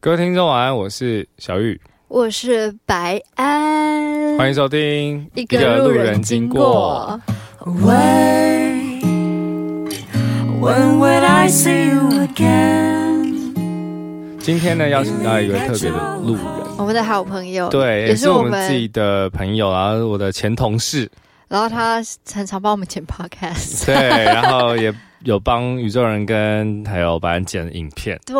各位听众晚安，我是小玉，我是白安，欢迎收听嗯一个路人经过。 Wait, when would I see you again? 今天呢，邀请到一个特别的路人，我们的好朋友，对，也哦是也是我我们们自己的朋友，然后我的前同事，然后他常常帮我们剪 podcast， 对，然后也有帮宇宙人跟还有白安剪影片，对，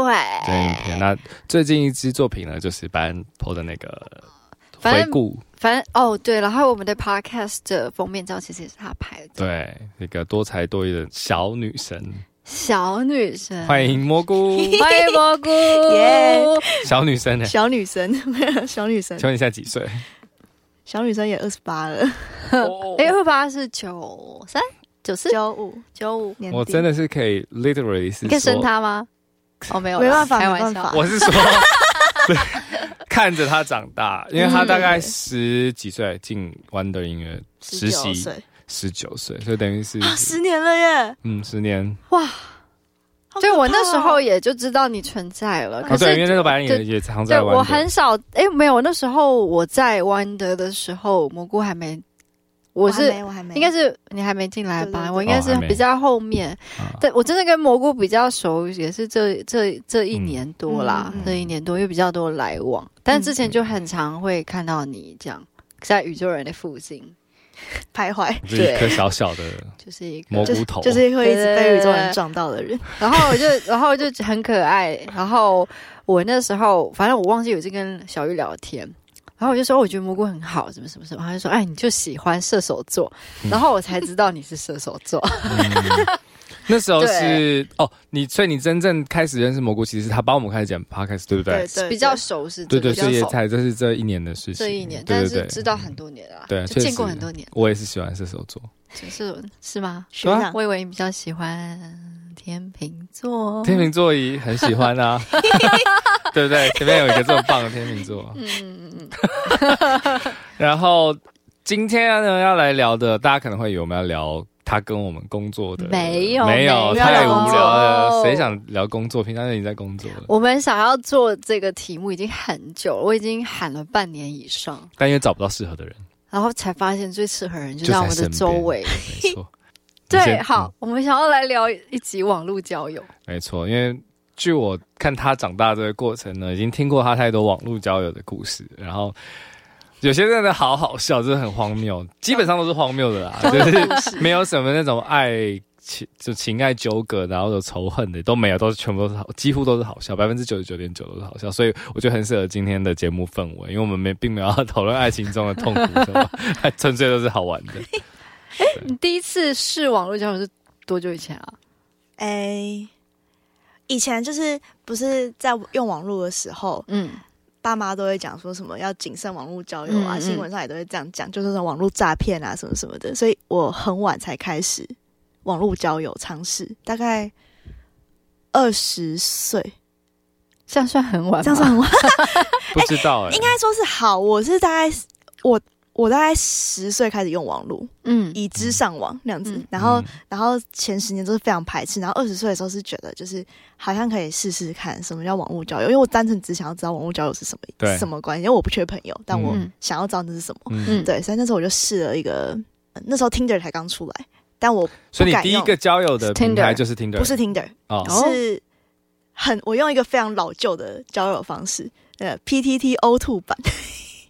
剪影片。那最近一支作品呢，就是白安 PO 的那个反回正顾，反正哦对，然后我们的 podcast 的封面照其实也是他拍的，对，那个多才多艺的小女神，小女生，欢迎蘑 菇欢迎蘑菇，耶小女生呢？小女 生，没有小女生请，问你现在几岁？小女生也二十八 了，哎，二十八是九三九四九五九五年底，我真的是可以 literally 是你可以说生他吗？哦，没有啦，没办法开玩没办笑法，我是说， 对，看着他长大，因为他大概十几岁进 Wonder 音乐实19习，岁十九岁，所以等于是啊，十年了耶！嗯十年。好可怕哦对我那时候也就知道你存在了，可哦，是对，因为那时候白人也啊对也常在对玩。我很少，哎，没有，那时候我在弯德的时候，蘑菇还没，我我是还没我还没，应该是你还没进来对对吧？对我应该哦是还没比较后面啊，对我真的跟蘑菇比较熟，也是这这这一年多啦嗯嗯，这一年多又比较多来往，但之前嗯就很常会看到你这样在宇宙人的附近，徘徊，就一颗对小小的就是一个蘑就菇是头，就是会一直被宇宙对对人对撞到的人。然后我就，然后我就很可爱。然后我那时候，反正我忘记有一次跟小玉聊天，然后我就说哦我觉得蘑菇很好，什么什么什么。他就说，哎，你就喜欢射手座。然后我才知道你是射手座。嗯那时候对是哦，你所以你真正开始认识蘑菇，其实是他帮我们开始讲 podcast，对不对？对比较熟是对真对，的比所较以也熟才这是这一年的事情。这一年，对但对是对，知道很多年了啦，对就确见过实很多年。我也是喜欢射手座。就是是吗？学长，我以为你比较喜欢天秤座。天秤座也很喜欢啊， 对不对？前面有一个这么棒的天秤座，嗯，嗯 然后今天呢要来聊的，大家可能会以为我们要聊他跟我们工作的，没有没有，没有太无聊了，工作谁想聊工作？平常就已经在工作了，我们想要做这个题目已经很久了，我已经喊了半年以上。但因为找不到适合的人，然后才发现最适合人就就在在我们的身边嗯周围。没 错，你对，先好，，我们想要来聊一集网络交友。没错，因为。据我看，他长大这个过程呢，已经听过他太多网络交友的故事，然后有些真的好好笑，真的很荒谬，基本上都是荒谬 的啦，就是没有什么那种爱情就情爱纠葛，然后有仇恨的都没有，都是全部都是好，几乎都是好笑，百分之九十九点九都是好笑，所以我觉得很适合今天的节目氛围，因为我们没并没有要讨论爱情中的痛苦什么， 纯粹都是好玩的。你第一次试网络交友是多久以前啊？哎，以前就是不是在用网络的时候，嗯，爸妈都会讲说什么要谨慎网络交友啊，嗯嗯新闻上也都会这样讲，就是说网络诈骗啊什么什么的。所以我很晚才开始网络交友尝试，大概二十岁，这样算很晚吗，这样算很晚。不知道哎、应该说是好，我是大概我我大概十岁开始用网络，嗯，已知上网那样子。嗯然后、然后前十年都是非常排斥，然后二十岁的时候是觉得就是好像可以试试看什么叫网络交友，因为我单纯只想要知道网络交友是什对么什么关系，因为我不缺朋友，但我嗯想要知道那是什么。嗯嗯对，所以那时候我就试了一个，呃那时候 Tinder 才刚出来，但我所以你第一个交友的平台 Tinder 就是 Tinder，不是 Tinder，哦哦是很我用一个非常老旧的交友方式，呃，PTT O Two 版，哎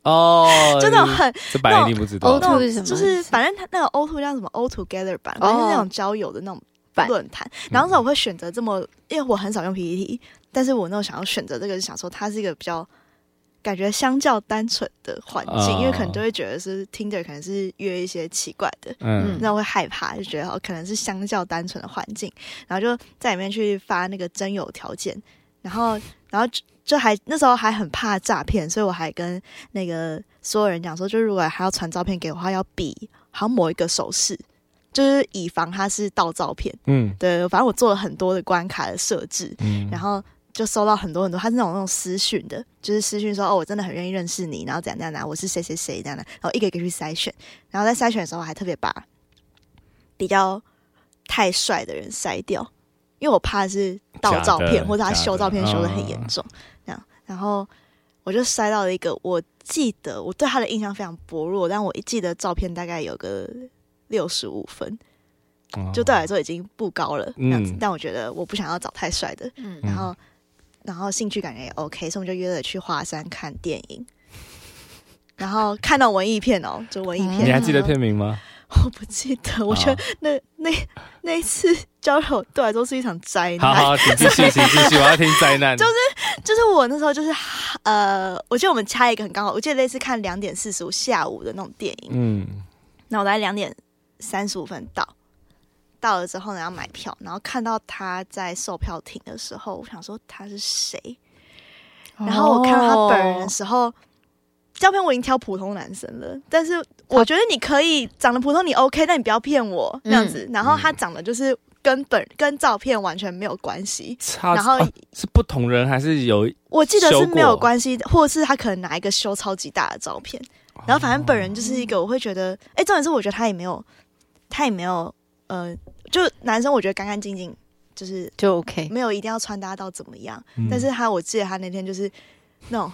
哦，就那种很这白人一定不知道 O two 是什么？就是反正它那个 O Two 叫什么 O Together 版，哦反正就是那种交友的那种版论坛。然后那时候我会选择这么，因为我很少用 PPT，但是我那时候想要选择这个，是想说它是一个比较感觉相较单纯的环境，哦因为可能就会觉得是 Tinder 可能是约一些奇怪的。嗯嗯那会害怕，就觉得哦，可能是相较单纯的环境，然后就在里面去发那个真友条件，然后， 然后就就还那时候还很怕诈骗，所以我还跟那个所有人讲说，就如果还要传照片给我，的话，要比好像某一个手势，就是以防他是盗照片。嗯对，反正我做了很多的关卡的设置，嗯，然后就收到很多很多，他是那种那种私讯的，就是私讯说哦，我真的很愿意认识你，然后怎样怎样怎样，我是谁谁谁这样的，然后一个一个去筛选，然后在筛选的时候我还特别把比较太帅的人筛掉，因为我怕是盗照假片的或者他假的嗯修照片修的很严重，这样，然后我就塞到了一个我记得我对他的印象非常薄弱，但我一记得照片大概有个六十五分，就对我来说已经不高了这样子。嗯但我觉得我不想要找太帅的，嗯，嗯然后然后兴趣感觉也 OK，所以我们就约了去华山看电影。然后看到文艺片哦，就文艺片。你还然后记得片哦名吗？我不记得，我觉得那那那一次交友对我来说是一场灾好难。好，请继续，请继 续，我要听灾难。就是 就是我那时候就是呃，我记得我们掐一个很刚好，我记得类似看两点四十五下午的那种电影，嗯，那、我大概两点三十五分到，到了之后呢要买票，然后看到他在售票亭的时候，我想说他是谁，然后我看到他本哦人的哦时候。照片我已经挑普通男生了，但是我觉得你可以长得普通，你 OK，但你不要骗我这样嗯子。然后他长得就是跟本跟照片完全没有关系，差，然后啊是不同人还是有？我记得修过是哦没有关系，或者是他可能拿一个修超级大的照片，然后反正本人就是一个，我会觉得，哎、重点是我觉得他也没有，他也没有，呃，就男生我觉得干干净净，就是就哎 OK，没有一定要穿搭到怎么样，嗯，但是他我记得他那天就是那种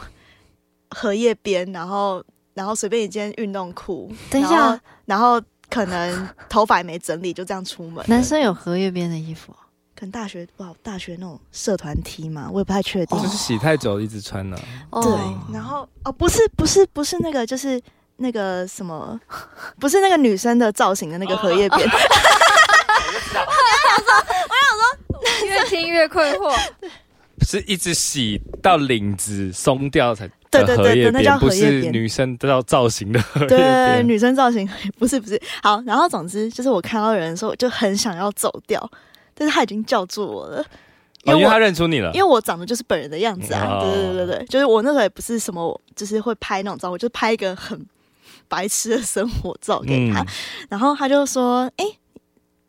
荷叶边，然后然后随便一件运动裤，等一下然后，然后可能头发也没整理，就这样出门，男生有荷叶边的衣服哦，可能大学哇，大学那种社团 T 嘛，我也不太确定，就是洗太久一直穿啊呢。哦对，然后哦，不是不是不是那个，就是那个什么， 不是那个女生的造型的那哦个荷叶边， 越听越困 惑。是一直洗到领子松掉才对的对对荷叶对那叫边，不荷叶是边女生造造型的荷叶对，边。女生造型， 不是不是。好，然后总之就是我看到人的时候，我就很想要走掉，但是他已经叫住我了，哦，因为我、他认出你了，因为我长得就是本人的样子啊，哦对对对对对，就是我那时候也不是什么，就是会拍那种照，我就拍一个很白痴的生活照给嗯他，然后他就说：“哎、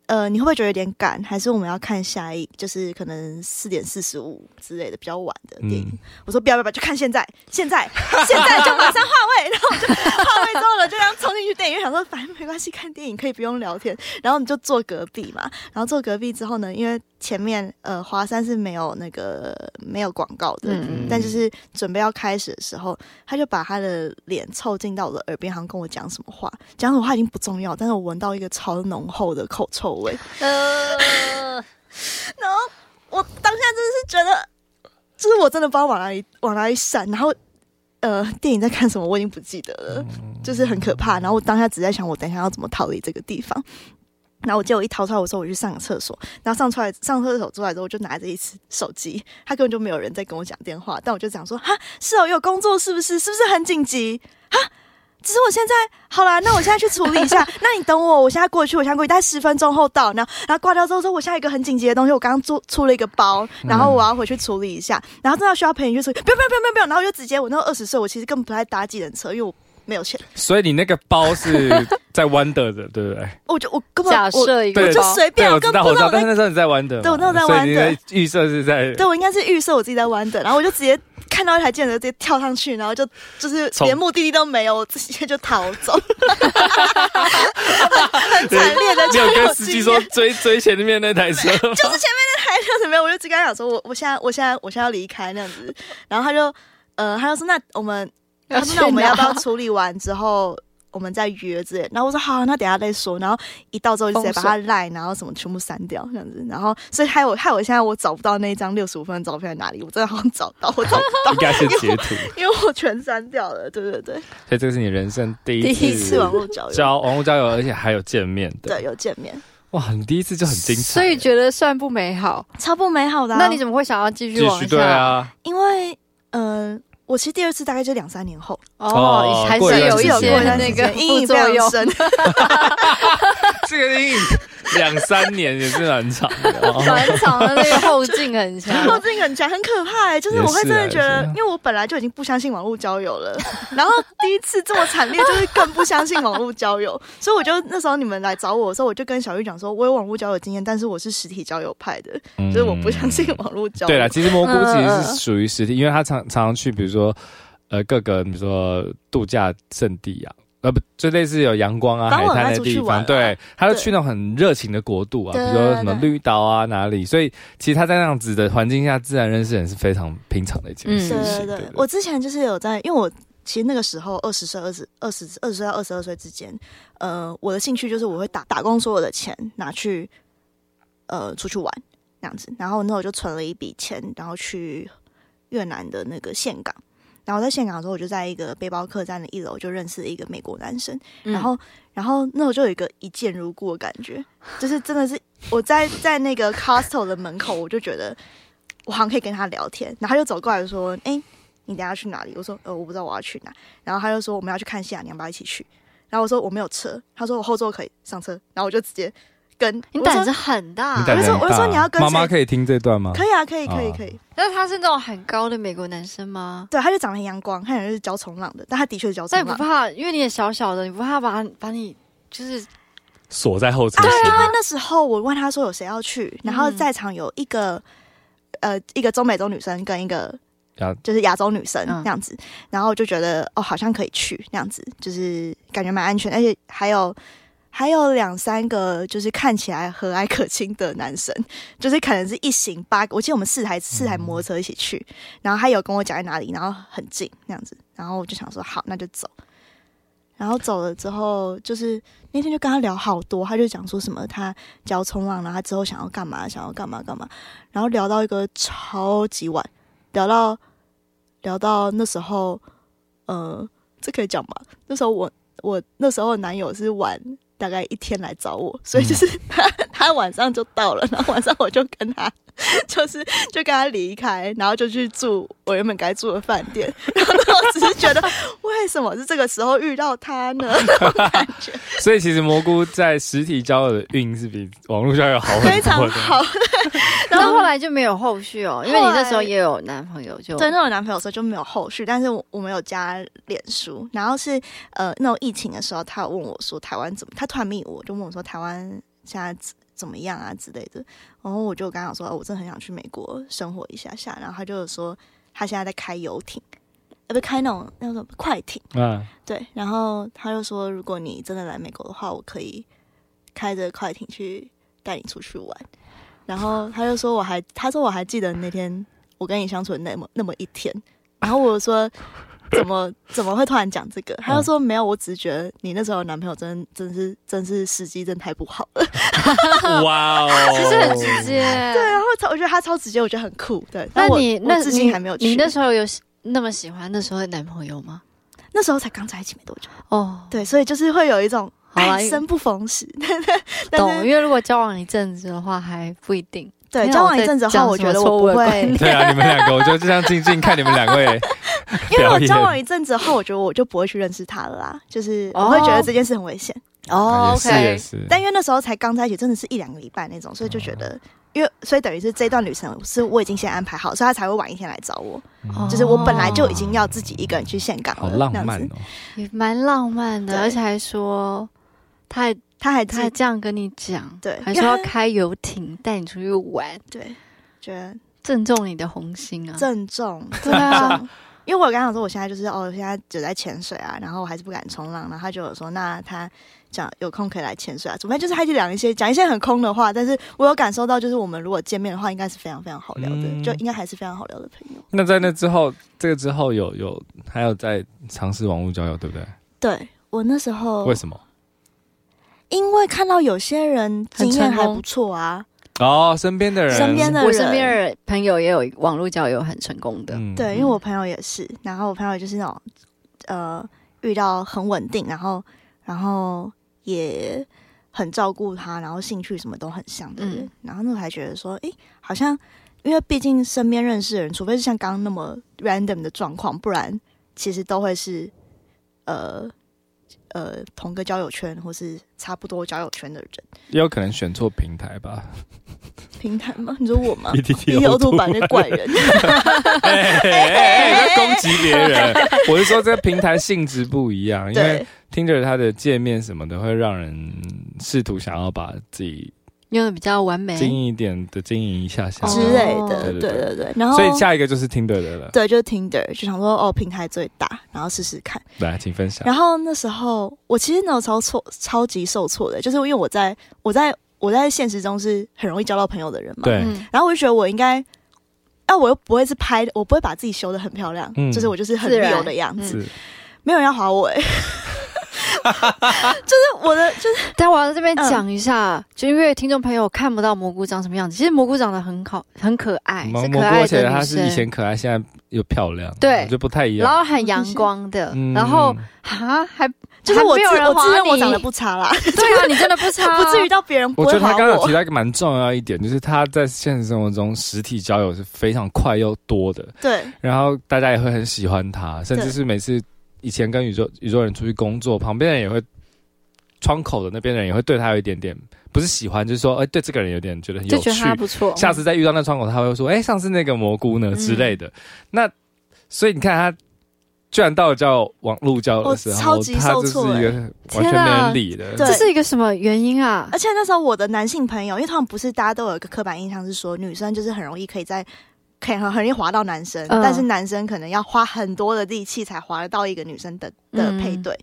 呃，你会不会觉得有点赶？还是我们要看下一，就是可能四点四十五之类的比较晚的电影？”嗯我说：“不要不要，不要就看现在，现在，现在就马上换位。”然后我就换位之后呢，就这样冲进去电影院，想说反正没关系，看电影可以不用聊天。然后你就坐隔壁嘛，然后坐隔壁之后呢，因为前面呃华山是没有那个没有广告的，嗯但就是准备要开始的时候，他就把他的脸凑近到我的耳边，好像跟我讲什么话，讲什么话已经不重要，但是我闻到一个超浓厚的口臭味，呃， 然后我当下真的是觉得，就是我真的不知道往哪里往哪里闪，然后呃，电影在看什么我已经不记得了，就是很可怕。然后我当下只在想，我等一下要怎么逃离这个地方。然后我记得我一逃出来，我说我去上个厕所，然后上出来上厕所出来之后，我就拿着一次手机，他根本就没有人在跟我讲电话，但我就想说，哈，是哦，有工作是不是？是不是很紧急？哈，只是我现在好啦，那我现在去处理一下， 那你等我，我现在过去，我现在过去，大概十分钟后到，然后然后挂掉之后说，我现在有一个很紧急的东西，我刚刚出出了一个包，嗯然后我要回去处理一下，然后真的需要陪你去处理，不要不要不要不要不要，然后我就直接我那二十岁，我其实根本不太搭计程车，因为我没有钱，所以你那个包是在 Wonder 的，对不对？我就我根本假我设一对个我就包随便，对，我根知本道，哎不我知知道道我，在但是那时候你在 Wonder，对我那时候在所以你 Wonder 的预设是在对，我应该是预设我自己在弯的，然后我就直接看到一台建车直接跳上去，然后就就是从连目的地都没有，我直接就逃 走，很惨烈的你有交友跟司机经说验。追 追前面那台车吗？就是前面那台就是没有，我就只跟他讲说，我我现在我现在我现在要离开那样子， 然后他就呃他就说那我们他说那我们要不要处理完之后我们再约之类的？然后我说好，啊那等一下再说。然后一到之后就直接把他赖，然后什么全部删掉这样子。然后所以害我害我现在我找不到那一张六十五分的照片在哪里，我真的好像找到，我找 不应该是截图，到，因为我全删掉了。对对对，所以这个是你人生第一第一是网络交友，交网络交友，而且还有见面的，对，有见面，哇，你第一次就很精彩，所以觉得算不美好。超不美好的啊、那你怎么会想要继续继往续下？对啊，因为嗯。呃我其实第二次大概就两三年后， 哦哦，还过一是段有时一间些过一段那时 个间阴副影非作常用。深，这个阴影两三年也是蛮长的、哦。蛮长的那个后劲很 强， 我自哦己很强，很可怕、欸，就是我会真的觉也是啊得也是啊，因为我本来就已经不相信网络交友了， 然后第一次这么惨烈，就是更不相信网络交友， 所以我就那时候你们来找我的时候，我就跟小玉讲说，我有网络交友经验，但是我是实体交友派的，嗯 就是我不相信网络交友。对啦，其实蘑菇嗯其实嗯是属于实体，因为他常常常去，比如说呃各个比如说度假胜地啊，呃，不，就类似有阳光啊、傍海晚滩他的出去地玩方，了对，他就对去那种很热情的国度啊，比对如说什么对绿岛啊哪里，所以其实他在那样子的环境下，自然认识人是非常平常的一件嗯事对情。对对，我之前就是有在，因为我其实那个时候二十岁、二十二十二十岁到二十二岁之间，呃，我的兴趣就是我会打打工，所有的钱拿去呃出去玩那样子，然后那我就存了一笔钱，然后去越南的那个岘港。然后在岘港的时候，我就在一个背包客栈的一楼就认识了一个美国男生，嗯然后，然后那我就有一个一见如故的感觉，就是真的是我在在那个 Costco 的门口，我就觉得我好像可以跟他聊天，然后他就走过来说：“哎、你等一下去哪里？”我说：“呃，我不知道我要去哪。”然后他就说：“我们要去看夕啊阳，你要不要一起去？”然后我说：“我没有车。”他说：“我后座可以上车。”然后我就直接跟你我胆说子很大你，胆啊我子就很我就说大欸啊你要跟妈妈谁可以听这段吗？可以啊，可以，可以，啊可以。但是他是那种很高的美国男生吗？对，他就长得很阳光，他感觉是教冲浪的，但他的确是教冲但你不浪。怕，因为你也小小的，你不怕把把你就是锁在后车因为厢，那时候我问他说有谁要去，然嗯后在场有一个、呃一个中美洲女生跟一个亚就是亚洲女生嗯那样子，然后我就觉得哦好像可以去那样子，就是感觉蛮安全，而且还有。还有两三个就是看起来和蔼可亲的男生，就是可能是一行八个，我记得我们四台四台摩托车一起去，然后他有跟我讲在哪里，然后很近那样子，然后我就想说好那就走，然后走了之后就是那天就跟他聊好多，他就讲说什么他教冲浪，然后他之后想要干嘛，想要干嘛干嘛，然后聊到一个超级晚，聊到聊到那时候，呃，这可以讲吗？那时候我我那时候男友是晚大概一天来找我，所以就是他、他晚上就到了，然后晚上我就跟他就是就跟他离开，然后就去住我原本该住的饭店，然后我只是觉得为什么是这个时候遇到他呢？ 那种感觉。所以其实蘑菇在实体交友的运是比网络交友好很多的，非常好。然后后来就没有后续哦，因为你那时候后来也有男朋友就， 对，那有男朋友的时候就没有后续，但是我我们有加脸书，然后是呃那种疫情的时候，他有问我说台湾怎么，他突然密我，就问我说台湾现在怎怎么样啊之类的，然后我就跟他讲说、哦，我真的很想去美国生活一下下，然后他就说他现在在开游艇，呃，不开那种那种快艇，嗯，对，然后他就说如果你真的来美国的话，我可以开着快艇去带你出去玩。然后他就说我还，他说我还记得那天我跟你相处的那么那么一天。然后我说怎么怎么会突然讲这个？他就说没有，我只是觉得你那时候的男朋友真真是真是时机真太不好了。哇 哦，啊其实很直接。对，然后超我觉得他超直接，我觉得很酷。对，那但我你我那至你今还没有去，你那时候有喜那么喜欢那时候的男朋友吗？那时候才刚在一起没多久。哦，对，所以就是会有一种好啊哎生不逢时。 但懂是。，因为如果交往一阵子的话，还不一定。对，没有交往在一阵子讲后，我什觉么得错我误不的观会，对啊，你们两个，我就这样静静看你们两位因为表我演交往一阵子后，我觉得我就不会去认识他了啦，就是哦我会觉得这件事很危险。啊哦也是也是，但因为那时候才刚在一起，真的是一两个礼拜那种，所以就觉哦得。因为所以等于是这段旅程是我已经先安排好，所以他才会晚一天来找我。嗯就是我本来就已经要自己一个人去岘港了，好浪那漫样子哦，也蛮浪漫的，对而且还说他还他还他他还这样跟你讲，对还说要开游艇带你出去玩，对，觉得正中你的红心啊！郑 重，对啊，因为我有跟他讲说，我现在就是哦，我现在只在潜水啊，然后我还是不敢冲浪，然后他就有说，那他讲有空可以来潜水啊，怎么样？就是他就讲一些讲一些很空的话，但是我有感受到，就是我们如果见面的话，应该是非常非常好聊的，嗯就应该还是非常好聊的朋友。那在那之后，这个之后有有还有在尝试网络交友，对不对？对我那时候为，什么？因为看到有些人经验还不错啊，哦，身边的人，身边的人，我身边的朋友也有网络交友很成功的，嗯对，因为我朋友也是，然后我朋友就是那种呃遇到很稳定，然后然后也很照顾他，然后兴趣什么都很像的人，嗯然后那时候还觉得说，诶，好像因为毕竟身边认识的人，除非是像刚刚那么 random 的状况，不然其实都会是呃。呃，同个交友圈或是差不多交友圈的人，也有可能选错平台吧。平台吗？你说我 吗 E T T 你有土版的怪 人，哎哎哎在攻击别人。我是说，这平台性质不一样，因为对 Tinder 它的界面什么的，会让人试图想要把自己用的比较完美。经营一点的经营一下下之类哦的，对对对对对。然后所以下一个就是听对的了，对，就是 Tinder，就想说哦，平台最大，然后试试看。来，请分享。然后那时候我其实那种超错，超级受挫的，就是因为我在我在我在现实中是很容易交到朋友的人嘛。对，嗯，然后我就觉得我应该，啊，我又不会是拍，我不会把自己修的很漂亮，嗯就是我就是很自然 real 的样子，是没有人要 划我、欸，就是我的，就是但我要在这边嗯讲一下，就因为听众朋友看不到蘑菇长什么样子，其实蘑菇长得很好，很可爱，蘑哎是蘑可菇，爱而且的女她是以生，前可爱，现在又漂亮，对就不太一然样。后很阳光的，嗯然后哈还嗯就是我还没有自人我自认划我你长得 不差啦，对啊，你真的不差，不至于到别人不我觉会得他划刚刚有我提。到一个蛮重要一点，就是他在现实生活中实体交友是非常快又多的，对然后大家也会很喜欢他，甚至对是每次以前跟宇宙宇宙人出去工作，旁边人也会窗口的那边人也会对他有一点点不是喜欢，就是说哎、对这个人有点觉得很就有觉趣得，他不错。下次再遇到那窗口，他会说哎、上次那个蘑菇呢嗯之类的。那所以你看他。居然到了叫网络交友的时我候，哦超级他受就是挫欸一个完全天没啊人理的。对这是一个什么原因啊而？且那时候我的男性朋友，因为他们不是大家都有一个刻板印象，是说女生就是很容易可以在可以很容易滑到男生，嗯但是男生可能要花很多的力气才滑得到一个女生的的配对。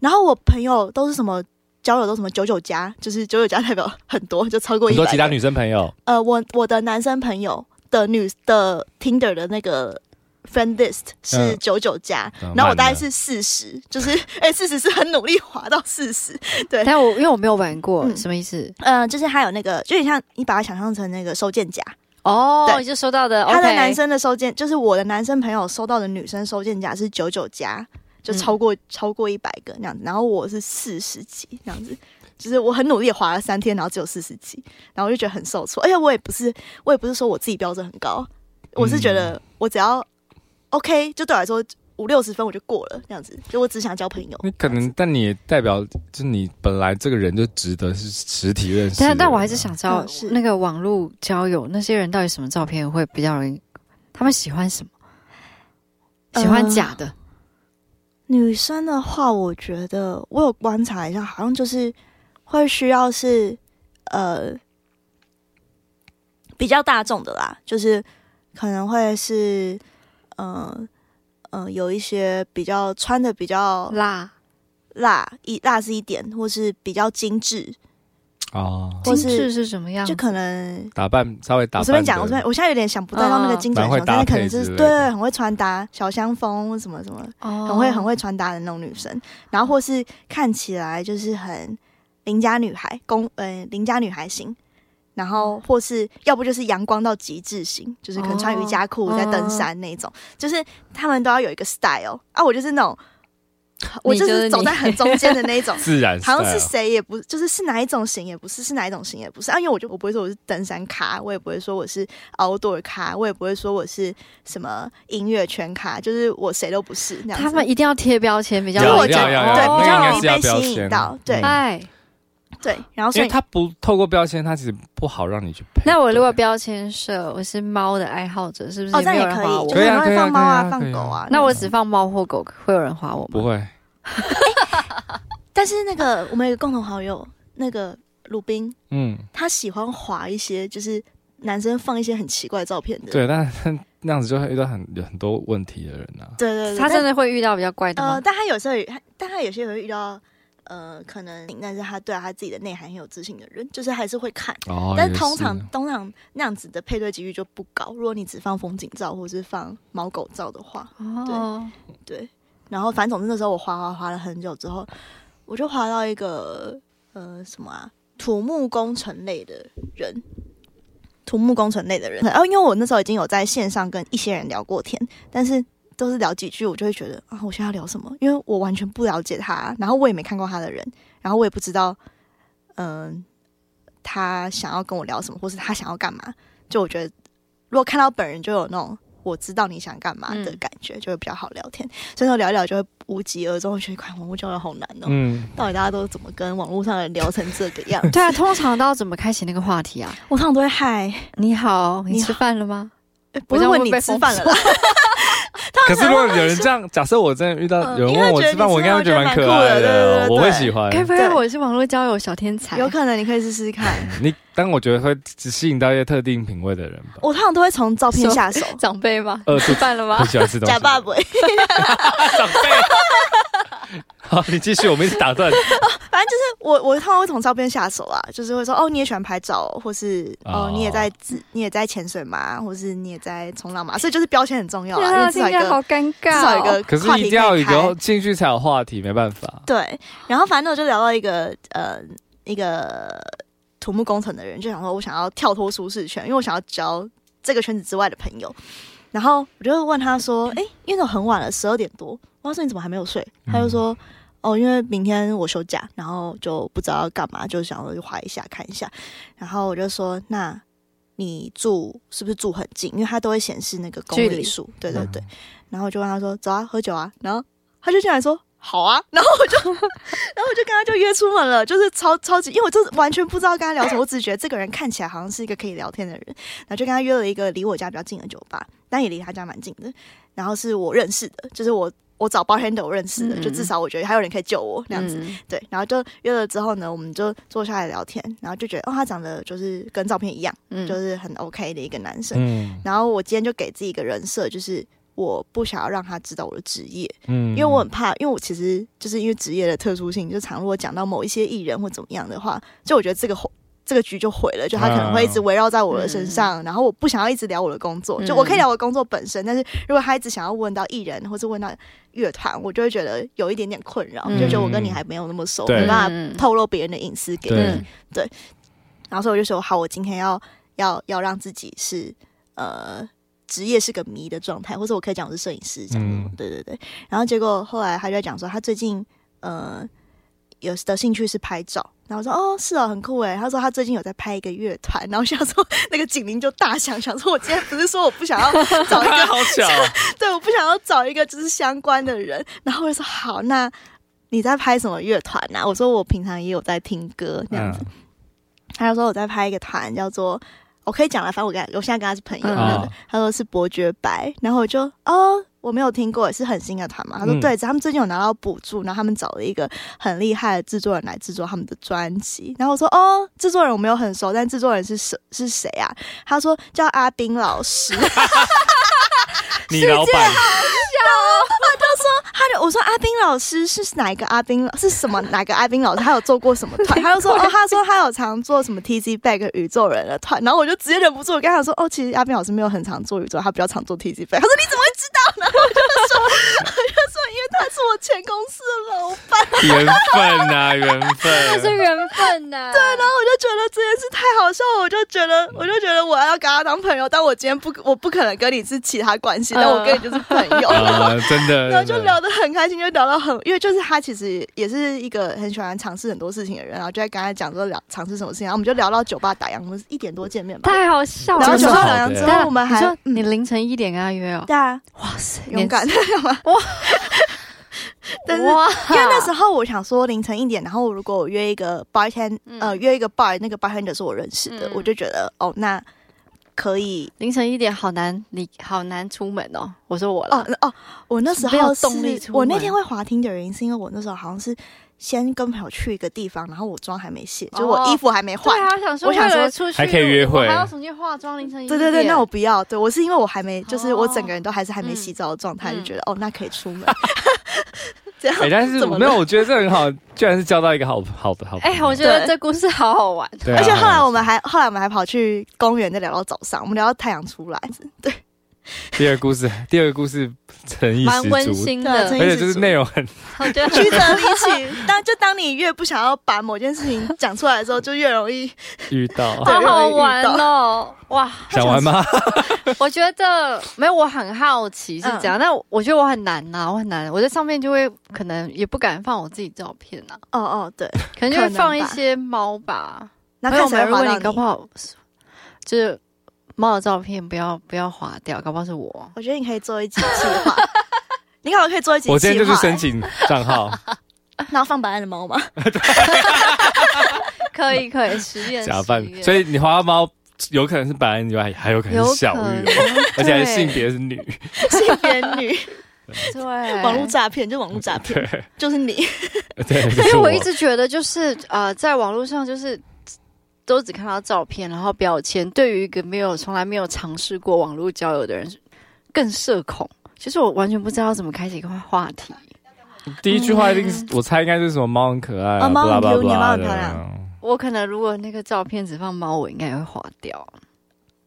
然后我朋友都是什么交友都什么九九加，就是九九加代表很多，就超过很一多百。其他女生朋友，呃，我我的男生朋友的女的 Tinder 的那个 friend list 是嗯九九加嗯，然后我大慢概了是四十，就是 哎四十是很努力滑到四十，对但我因为我没有玩过，嗯什么意思？呃，就是它有那个，就有点像你把它想象成那个收件夹，哦，对你就收到的，他的 OK 男生的收件，就是我的男生朋友收到的女生收件夹是九九加，就嗯超过、超过一百个那样子，然后我是四十几那样子。就是我很努力地划了三天，然后只有四十几，然后我就觉得很受挫。而且我也不是，我也不是说我自己标准很高，我是觉嗯得我只要 OK，就对我来说五六十分我就过了，这样子。就我只想交朋友。你可能，但你也代表，就是你本来这个人就值得是实体认识的人啊。但但我还是想知道嗯，是那个网络交友那些人到底什么照片会比较容易？他们喜欢什么？呃喜欢假的，女生的话，我觉得我有观察一下，好像就是会需要是呃比较大众的啦，就是可能会是嗯嗯、呃有一些比较穿的比较辣、辣一辣是一点，或是比较精致，哦，或精是致是什么样？就可能打扮稍微打扮的。我随便讲，我随便我现在有点想不到那个精准蛮会的形容，但是搭可配能之是类对的。很会穿搭小香风或什么什么很很会很会穿搭的那种女生，然后或是看起来就是很邻家女孩，公呃邻家女孩型，然嗯后或是要不就是阳光到极致型，就是可能穿哦瑜伽裤在登嗯山那种，就是他们都要有一个 style 啊，我就是 那种，我你就就是是走你在很中间的那一种 自然 style，好像是谁也不，就是是哪一种型也不是，是哪一种型也不是啊。因为我就我不会说我是登山咖，我也不会说我是 outdoor 咖，我也不会说我是什么音乐圈咖，就是我谁都不是那样子。他们一定要贴标签，比较要就容我易觉要得要哦要，对比较那容个易应该被是要标吸签引到，对嗯哎，对，然后因所为以他不透过标签，他其实不好让你去配对。那我如果标签设我是猫的爱好者，是不哦，是这没样也有人可划以，我就可？以是啊会放猫可以啊啊、可以放啊狗啊。那我只放猫或狗，会有人划我不吗？会，但是那个我们有个共同好友，那个鲁宾，嗯，他喜欢划一些就是男生放一些很奇怪的照片的。对，但是 那样子就会遇到很有很多问题的人啊。对对对，他但真的会遇到比较怪的呃，吗？但他有时候也，但他有些也会遇到呃，可能但是他对啊他自己的内涵很有自信的人，就是还是会看。哦，但也通常是通常那样子的配对几率就不高。如果你只放风景照或是放猫狗照的话，哦，对，然后反正总之那时候我滑滑滑了很久之后，我就滑到一个呃什么啊土木工程类的人，土木工程类的人。然、后因为我那时候已经有在线上跟一些人聊过天，但是都是聊几句，我就会觉得啊，我现在要聊什么？因为我完全不了解他，然后我也没看过他的人，然后我也不知道，嗯、他想要跟我聊什么，或是他想要干嘛。就我觉得，如果看到本人，就有那种我知道你想干嘛的嗯感觉，就会比较好聊天。所以说聊一聊就会无疾而终，我觉得看网络交流好难哦。嗯，到底大家都怎么跟网络上的人聊成这个 样对啊，通常都要怎么开启那个话题啊？我通常 都会嗨，你好，你你吃饭了吗？不是问你吃饭了啦，通可是如果有人这样，假设我真的遇到嗯有人因为问我觉得吃饭，你我应该会觉吃得饭蛮觉得可蛮酷爱的，的对对对我会喜欢。该不会对我是网络交友小天才？有可能你可以试试看。你，但我觉得会只吸引到一些特定品味的人吧。我通常都会从照片下手，长辈吗？呃吃饭了很吗？喜欢吃东西。 假爸爸。长辈。 好，你继续，我们一直打断。反正就是我，我通常会从照片下手啦，就是会说哦，你也喜欢拍照、哦，或是哦哦，你也在自，你也在潜水吗？或是你也在冲浪吗？所以就是标签很重要天啦，因啊为至听少一起来好个尴至尬哦。少一个可是话一题定要可以有开个。兴趣才有话题，没办法。对，然后反正我就聊到一个呃一个土木工程的人，就想说我想要跳脱舒适圈，因为我想要交这个圈子之外的朋友。然后我就问他说：“嗯哎、因为都很晚了，十二点多，我说你怎么还没有睡？”他就嗯说：“哦，因为明天我休假，然后就不知道要干嘛，就想要去滑一下看一下。”然后我就说：“那你住是不是住很近？因为他都会显示那个公距里离数，对对嗯对。然后我就问他说：“走啊，喝酒啊。”然后他就进来说：“好啊。”然后我就， 然后我就跟他就约出门了，就是超超级，因为我就是完全不知道跟他聊什么，我只是觉得这个人看起来好像是一个可以聊天的人，然后就跟他约了一个离我家比较近的酒吧，但也离他家蛮近的，然后是我认识的，就是我。我找 bartender 我认识的，嗯就至少我觉得还有人可以救我那样子。嗯对，然后就约了之后呢，我们就坐下来聊天，然后就觉得哦，他长得就是跟照片一样，嗯就是很 OK 的一个男生。嗯然后我今天就给自己一个人设，就是我不想要让他知道我的职业，嗯因为我很怕，因为我其实就是因为职业的特殊性，就常如果讲到某一些艺人或怎么样的话，就我觉得这个火这个局就毁了，就他可能啊会一直围绕在我的身上，然后我不想要一直聊我的工作，嗯就我可以聊我工作本身，但是如果他一直想要问到艺人或是问到乐团，我就会觉得有一点点困扰，嗯就觉得我跟你还没有那么熟，对没办嗯法透露别人的隐私给你。对嗯然后所以我就说，好，我今天要要要让自己是呃职业是个谜的状态，或者我可以讲我是摄影师这样子。嗯对对对。然后结果后来他就在讲说，他最近呃有的兴趣是拍照。然后我说哦是哦很酷诶，他说他最近有在拍一个乐团，然后我想说那个警铃就大响，想说我今天不是说我不想要 找一个 好巧，对，我不想要找一个就是相关的人。然后我就说好，那你在拍什么乐团呐、我说我平常也有在听歌这样子。他就说我在拍一个团，叫做我可以讲了，反正我跟他我现在跟他是朋友。嗯那个他说是伯爵白，然后我就哦。我没有听过，是很新的团嘛？他说嗯对，他们最近有拿到补助，然后他们找了一个很厉害的制作人来制作他们的专辑。然后我说哦，制作人我没有很熟，但制作人是谁是谁啊？他说叫阿斌老师。你老板他就我说阿斌老师是哪一个阿斌老是什么哪个阿斌老师？他有做过什么团？他就说哦，他说他有常做什么 TZ Back 宇宙人的团，然后我就直接忍不住，我跟他说哦，其实阿斌老师没有很常做宇宙，他比较常做 TZ Back。他说你怎么会知道？然后我就说我就说因为他是我前公司的老板，缘分呐，缘那是 分。缘分呐。对然后我就觉得这件事太好笑了，我就觉得我就觉得我要跟他当朋友，但我今天不我不可能跟你是其他关系，但我跟你就是朋 友。啊，真的， 然后就真的聊得很开心，就聊到很，因为就是他其实也是一个很喜欢尝试很多事情的人，然后就在跟他讲说聊尝试什么事情，然后我们就聊到酒吧打烊，我们一点多见面吧。太好笑了。然后这酒是吧好打烊的之等一后，下我们你还说嗯你凌晨一点跟他约哦，对啊，哇塞，勇敢干嘛？哇！ 但是哇，因为那时候我想说凌晨一点，然后如果我约一个 bartend 呃嗯约一个 bar，那个 bartender 是我认识的嗯，我就觉得哦那可以凌晨一点好难离，好难出门哦。我说我了，哦哦，我那时没有候动力是出我那门天会滑听的原因是因为我那时候好像是先跟朋友去一个地方，然后我妆还没卸，就是我哦衣服还没换对。啊，想说我想为了说出去还可以约会我还要重新化妆，凌晨一对点。对对，那我不要。对我是因为我还没，就是我整哦个人都还是还没嗯洗澡的状态，就嗯觉得哦，那可以出门。 这样哎，但是怎么没有，了我觉得这很好，居然是交到一个好好的好朋友。哎，我觉得对这故事好好玩。对啊，而且后来我们好还后来我们还跑去公园，再聊到早上，我们聊到太阳 出来，第二个故事，第二个故事诚意蛮温十足，馨对啊的真而，的且就是内容很我觉 得曲折离奇。 当就当你越不想要把某件事情讲出来的时候，就越容易。遇到，好好玩哦！哇，想玩吗？我觉得没有，我很好奇是这样，但我觉得我很难呐、我很难，我在上面就会可能也不敢放我自己照片啊，哦哦，对，可能就会可能吧放一些猫吧。那朋友看们，谁会如滑果到你搞不你。好就是猫的照片，不要不要划掉，搞不好是我。我觉得你可以做一集计划， 你搞不好可以做一集计 划。我今天就去申请账号，然后放白安的猫吗？可以可以，实验假实扮验，所以你花猫有可能是白人以外，还有可能是小玉、哦，而且还性别是女。 性别 女，对网络诈骗就网络诈骗，对就是你。 对，因因为我一呃直觉得就是呃，在网络上就是都只看到照片，然后标签，对于一个没有从来没有尝试过网络交友的人，更社恐。其实我完全不知道怎么开启一个话题。第一句话一定是，我猜应该是什么猫很可爱啊猫很 blah blah 可爱 blah 啊猫很的漂亮我可能如果那个照片只放猫，我应该也会划掉。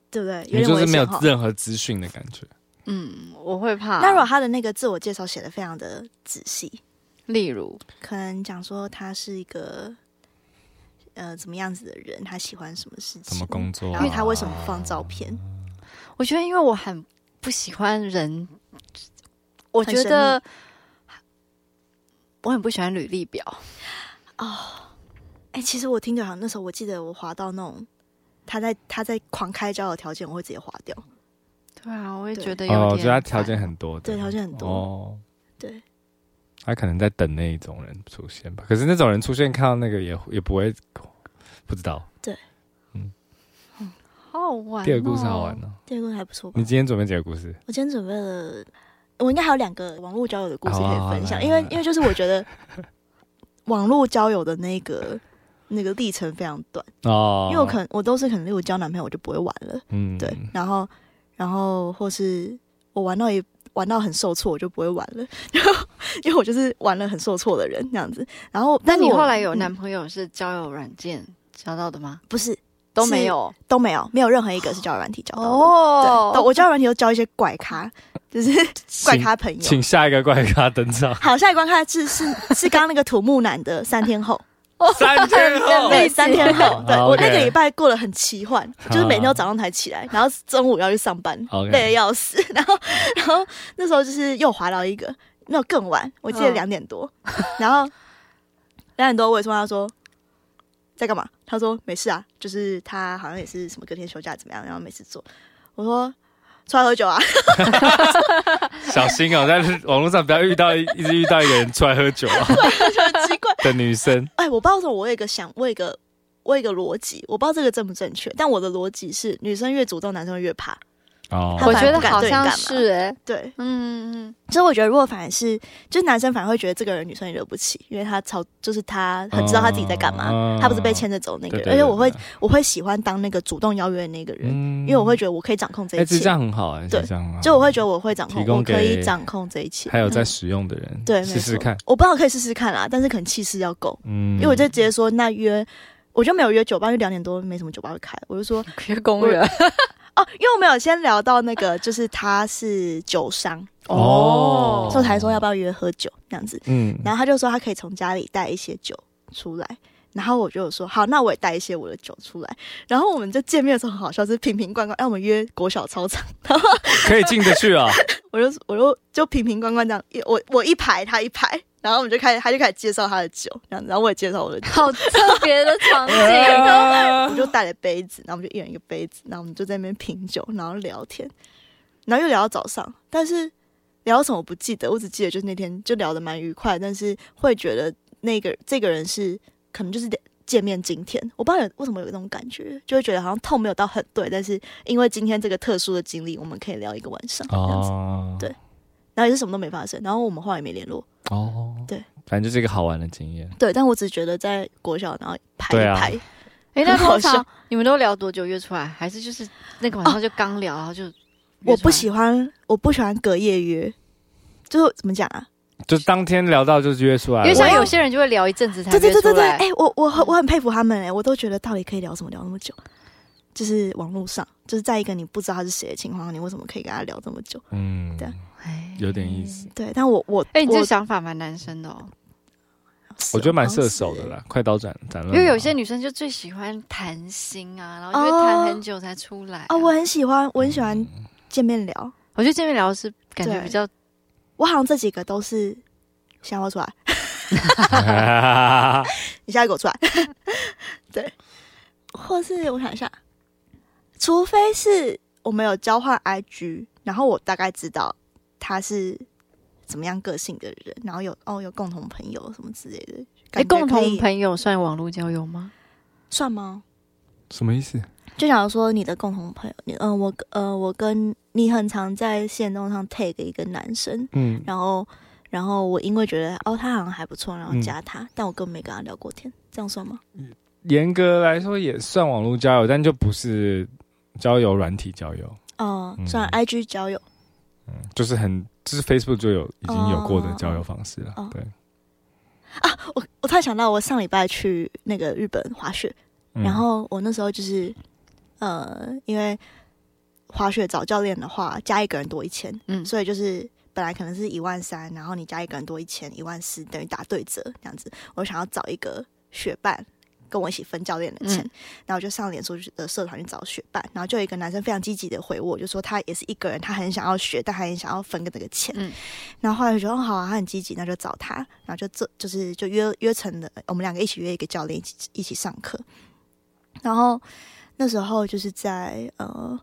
对不对？有你点就是危没有险哈。任何资讯的感觉。嗯，我会怕。那如果他的那个自我介绍写的非常的仔细，例如，可能讲说他是一个呃怎么样子的人，他喜欢什么事情，什么工作啊然后他为什么不放照片？我觉得因为我很不喜欢人，我很觉神得我很不喜欢履历表。哎、其实我听着好像那时候我记得我滑到那种他在他在狂开交友条件，我会直接滑掉，对啊，我也对觉得有点哦，烦。我觉得他条件很多的，对，条件很多，哦，对，他可能在等那一种人出现吧。可是那种人出现，看到那个也也不会不知道。好好玩、哦。第二个故事好玩。呢、这个还不错吧你？今天准备几个故事？我今天准备了，我应该还有两个网络交友的故事可以分好啊好啊享，来因为来因为就是我觉得网络交友的那个那个历程非常短，哦，因为我可能我都是可能，例如交男朋友我就不会玩了，嗯对，然后然后或是我玩到也玩到很受挫，我就不会玩了，然后因为我就是玩了很受挫的人这样子，然后那但是你我后来有嗯男朋友是交友软件交到的吗？不是都没有都没有没有任何一个是交友软体交到的。对，都哦。我交友软体都交一些怪咖，就是怪咖朋友。请下一个怪咖登 。场好，下一关看是 是是刚刚那个土木男的三天后，三天后，对，三天后，对哦 好我 OK 那个礼拜过得很奇幻，好就是每天都早上才起来，然后中午要去上班 OK 累得要死， 然后然后那时候就是又滑到一个，那更晚，我记得嗯两点多，然后两点多我也问他说在干嘛，他说没事啊，就是他好像也是什么隔天休假怎么样，然后没事做，我说出来喝酒啊，小心哦，在网络上不要遇到一一直遇到一个人出来喝酒、啊、很奇怪，的女生。哎，我不知道为什么，我有一个想，我有一个我有一个逻辑，我不知道这个正不正确，但我的逻辑是，女生越主动，男生会越怕。哦 我他觉反而得不敢好对你干像嘛是哎、对，嗯嗯所以我觉得如果反而是，就是男生反而会觉得这个人女生也惹不起，因为他超就是他很知道他自己在干嘛，哦他不是被牵着走那个对人，对，而且我会对，我会喜欢当那个主动邀约的那个人，嗯因为我会觉得我可以掌控这哎，一其切，实这样很好哎，对其实这样很好就我会觉得我会掌控提，供我可以给掌控这一切。还有在嗯使用的人，对，没试试错看。，我不知道可以试试看啦，但是可能气势要够。嗯，因为我就直接说，那约我就没有约酒吧，因为两点多没什么酒吧会开，我就说嗯，约公园哦，因为我们有先聊到 那个，就是他是酒商，哦所以我才说要不要约喝酒这样子。嗯，然后他就说他可以从家里带一些酒出来，然后我就有说好，那我也带一些我的酒出来。然后我们就见面的时候很好笑，是瓶瓶罐罐，哎，我们约国小操场， 可以进得去啊。我就我就就瓶瓶罐罐这样，一我我一排他一排，然后我们就开始他就开始介绍他的酒，这样子，然后我也介绍我的酒。好特别的场景哦 我就带了杯子，然后我们就一人一个杯子，然后我们就在那边品酒，然后聊天，然后又聊到早上，但是聊什么我不记得，我只记得就是那天就聊得蛮愉快，但是会觉得那个这个人是可能就是得见面今天，我不知道有为什么有那种感觉，就会觉得好像痛没有到很对，但是因为今天这个特殊的经历，我们可以聊一个晚上这样子，哦，对然后也是什么都没发生，然后我们后来也没联络，哦，对，反正就是一个好玩的经验。对，但我只觉得在国小然后排对一啊排，哎、那很好通笑常你们都聊多久约出来？还是就是那个晚上就刚聊，然后就约出来我不喜欢我不喜欢隔夜约，就是怎么讲啊？就当天聊到就约出来了，因为像有些人就会聊一阵子才对对对对对，约出来嗯哎、我我很我很佩服他们哎、我都觉得到底可以聊什么聊那么久，就是网络上，就是在一个你不知道他是谁的情况下，你为什么可以跟他聊这么久？嗯对，嗯哎有点意思。对，但我我哎、你这我个想法蛮男生的哦，我觉得蛮射手的，嗯啦，快刀斩斩乱麻。因为 有些女生就最喜欢谈心啊，然后就会哦谈很久才出来啊、啊、我很喜欢，我很喜嗯欢见面聊，我觉得见面聊是感觉对比较我好像这几个都是想要出来，嗯你现在给 我出来，对，或是我想一下，除非是我们有交换 IG，然后我大概知道他是怎么样个性的人，然后有哦有共同朋友什么之类的，哎、感觉共可以同朋友算网络交友吗？算吗？什么意思？就想说你的共同朋友，你嗯、呃，我呃，我跟你很常在线动上 tag 一个男生，嗯，然后然后我因为觉得哦他好像还不错，然后嗯加他，但我根本没跟他聊过天，这样算吗？严格来说也算网络交友，但就不是交友软体交友，哦、嗯算 IG 交友，就是很就是 Facebook 就有已经有过的交友方式了。哦哦对，我我突然想到，我上礼拜去那个日本滑雪，嗯然后我那时候就是，呃，因为滑雪找教练的话，加一个人多一千，嗯，所以就是本来可能是一万三，然后你加一个人多一千，一万四，等于打对折这样子。我想要找一个雪伴跟我一起分教练的钱，嗯然后我就上脸书的社团去找雪伴，然后就有一个男生非常积极的回我，就说他也是一个人，他很想要学，但他也想要分个这个钱。嗯然后后来我就觉得哦好啊，他很积极，那就找他，然后就这就是就约约成了，我们两个一起约一个教练一起一起上课，然后那时候就是在呃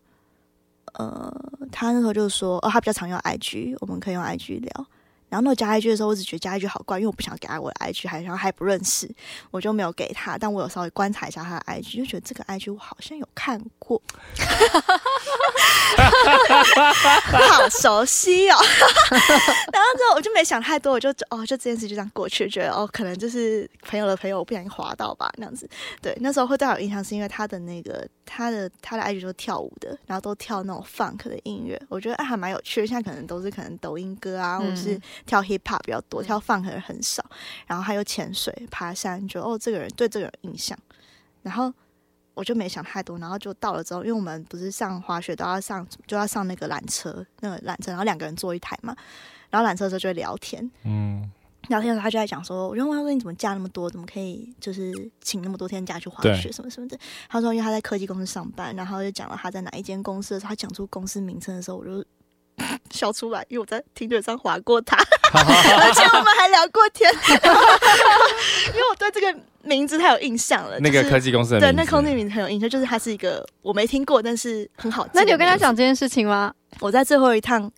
呃，他那时候就说哦，他比较常用 IG，我们可以用 IG 聊。然后那我加 IG 的时候，我只觉得加 IG 好怪，因为我不想给他我的 IG，还然后还不认识，我就没有给他。但我有稍微观察一下他的 IG，就觉得这个 IG 我好像有看过，好熟悉哦。 然后之后我就没想太多，我就哦，就这件事就这样过去，觉得哦，可能就是朋友的朋友，我不小心滑到吧，那样子。对，那时候会对他有印象，是因为他的那个他的他的 IG 都是跳舞的，然后都跳那种 funk 的音乐，我觉得啊还蛮有趣的。现在可能都是可能抖音歌啊，或者是嗯跳 hip hop 比较多，跳 funk 的人很少。然后他又潜水、爬山，觉得哦这个人对这个人有印象，然后。我就没想太多，然后就到了之后，因为我们不是上滑雪都要上，就要上那个缆车，那个缆车，然后两个人坐一台嘛，然后缆车的时候就会聊天，嗯，聊天的时候他就在讲说，我就问他说你怎么假那么多，怎么可以就是请那么多天假去滑雪对什么什么的。他说因为他在科技公司上班，然后就讲了他在哪一间公司的时候，他讲出公司名称的时候，我就 笑出来，因为我在听着上划过 他，而且我们还聊过天， 因为我对这个名字太有印象了， 那个呃就是科技公司的对名那字空地名字很有印象，就是他是一个我没听过，但是很好记的名字。那你有跟他讲这件事情吗？我在最后一趟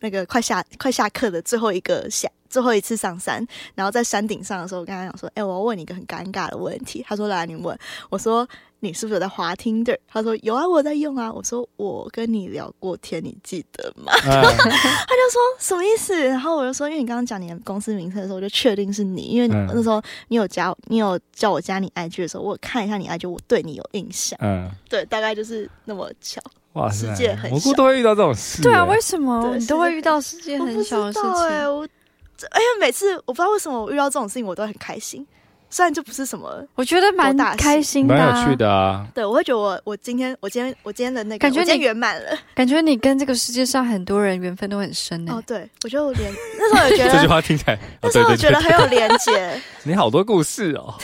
那个快下快下课的最后一个下最后一次上山，然后在山顶上的时候，我跟他讲说：“哎、我要问你一个很尴尬的问题。”他说：“来，你问。”我说：“你是不是有在滑 Tinder？” 他说：“有啊，我有在用啊。”我说：“我跟你聊过天，你记得吗？” 嗯他就说什么意思？然后我就说，因为你刚刚讲你的公司名称的时候，我就确定是你，因为你嗯那时候你有加我，你有叫我加你 IG 的时候，我有看一下你 IG，我对你有印象。嗯，对，大概就是那么巧。哇世塞界很，小蘑菇都会遇到这种事、对啊，哎为什么对你是都会遇到世界我不很知小道的事情？哎、我这哎呀，每次我不知道为什么我遇到这种事情，我都很开心。虽然就不是什么，我觉得蛮多大事开心的、蛮啊，有趣的啊，对我会觉得我我今天我今天我今天的那个感觉我今天你圆满 了。感觉你跟这个世界上很多人缘分都很深欸呢、哦，对，我觉得我 连那时候也觉这句得，话听起来，啊那对时候对我觉对，得很有连 结。你好多故事哦，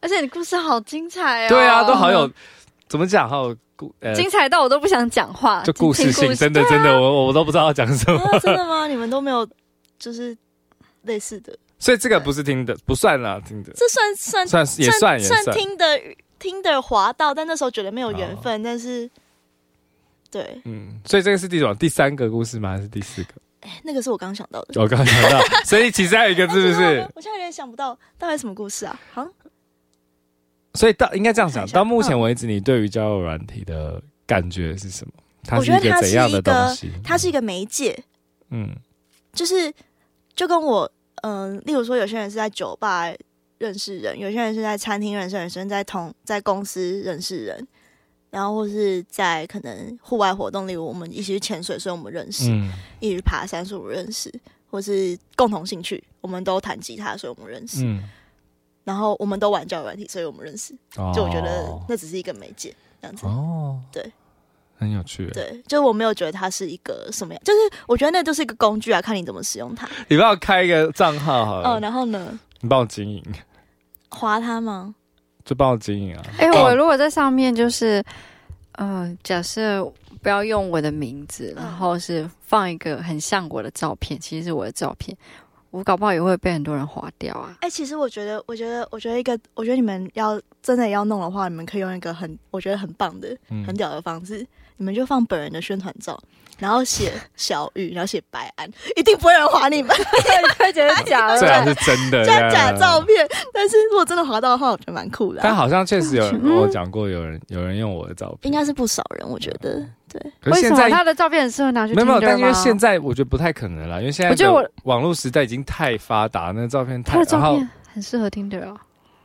而且你的故事好精彩哦，对啊，都好有，怎么讲，好有故呃，精彩到我都不想讲啊话，就故事听性，真的真的，我我都不知道要讲什么， 啊，真的吗？你们都没有就是类似的？所以这个不是听的，不算啦，听的，这算算算是也算也算算，哦听的听的滑道，但那时候觉得没有缘分，但是对，嗯，所以这个是第种第三个故事吗？还是第四 个？哎那个是我刚想到的。我刚刚想到，所以其实还有一个是不但我没有是？我现在有点想不到到底什么故事啊？好像所以到应该这样想我看一，下到目前为止，你对于交友软体的感觉是什么？它我是觉得一个它怎是样一的个东西？它是一个媒介，嗯就是就跟我嗯、例如说有些人是在酒吧认识人，有些人是在餐厅认识人，有些人在同在公司认识人，然后或是在可能户外活动，例如我们一起去潜水，所以我们认识；嗯一起去爬山，所以我们认识；或是共同兴趣，我们都弹吉他，所以我们认识。嗯，然后我们都玩交友软体，所以我们认识。就我觉得哦那只是一个媒介，这样子。哦，对，很有趣。对，就我没有觉得它是一个什么样，就是我觉得那就是一个工具啊，看你怎么使用它。你帮我开一个账号好哦，了，然后呢，你帮我经营，划它吗？就帮我经营啊。 哎、帮我如果在上面就是，呃，假设不要用我的名字，嗯然后是放一个很像我的照片，其实是我的照片，我搞不好也会被很多人划掉啊。 哎、其实我觉得，我觉得，我觉得一个，我觉得你们要真的要弄的话，你们可以用一个很，我觉得很棒的、嗯很屌的方式，你们就放本人的宣传照，然后写小玉，然后写白安，一定不会有人划你们，会觉得假最好 的，是真的，啊这这样样假照片。但是如果真的划到的话，我觉得蛮酷的啊、但好像确实有人跟我讲过，有人有人用我的照片，应该是不少人，我觉得。对，可为是什现么在他的照片很适合拿去没有没有， Tinder 但因为吗现在我觉得不太可能啦，因为现在我觉得的网络时代已经太发达，那照片他太的然照后片很适合 Tinder 哦。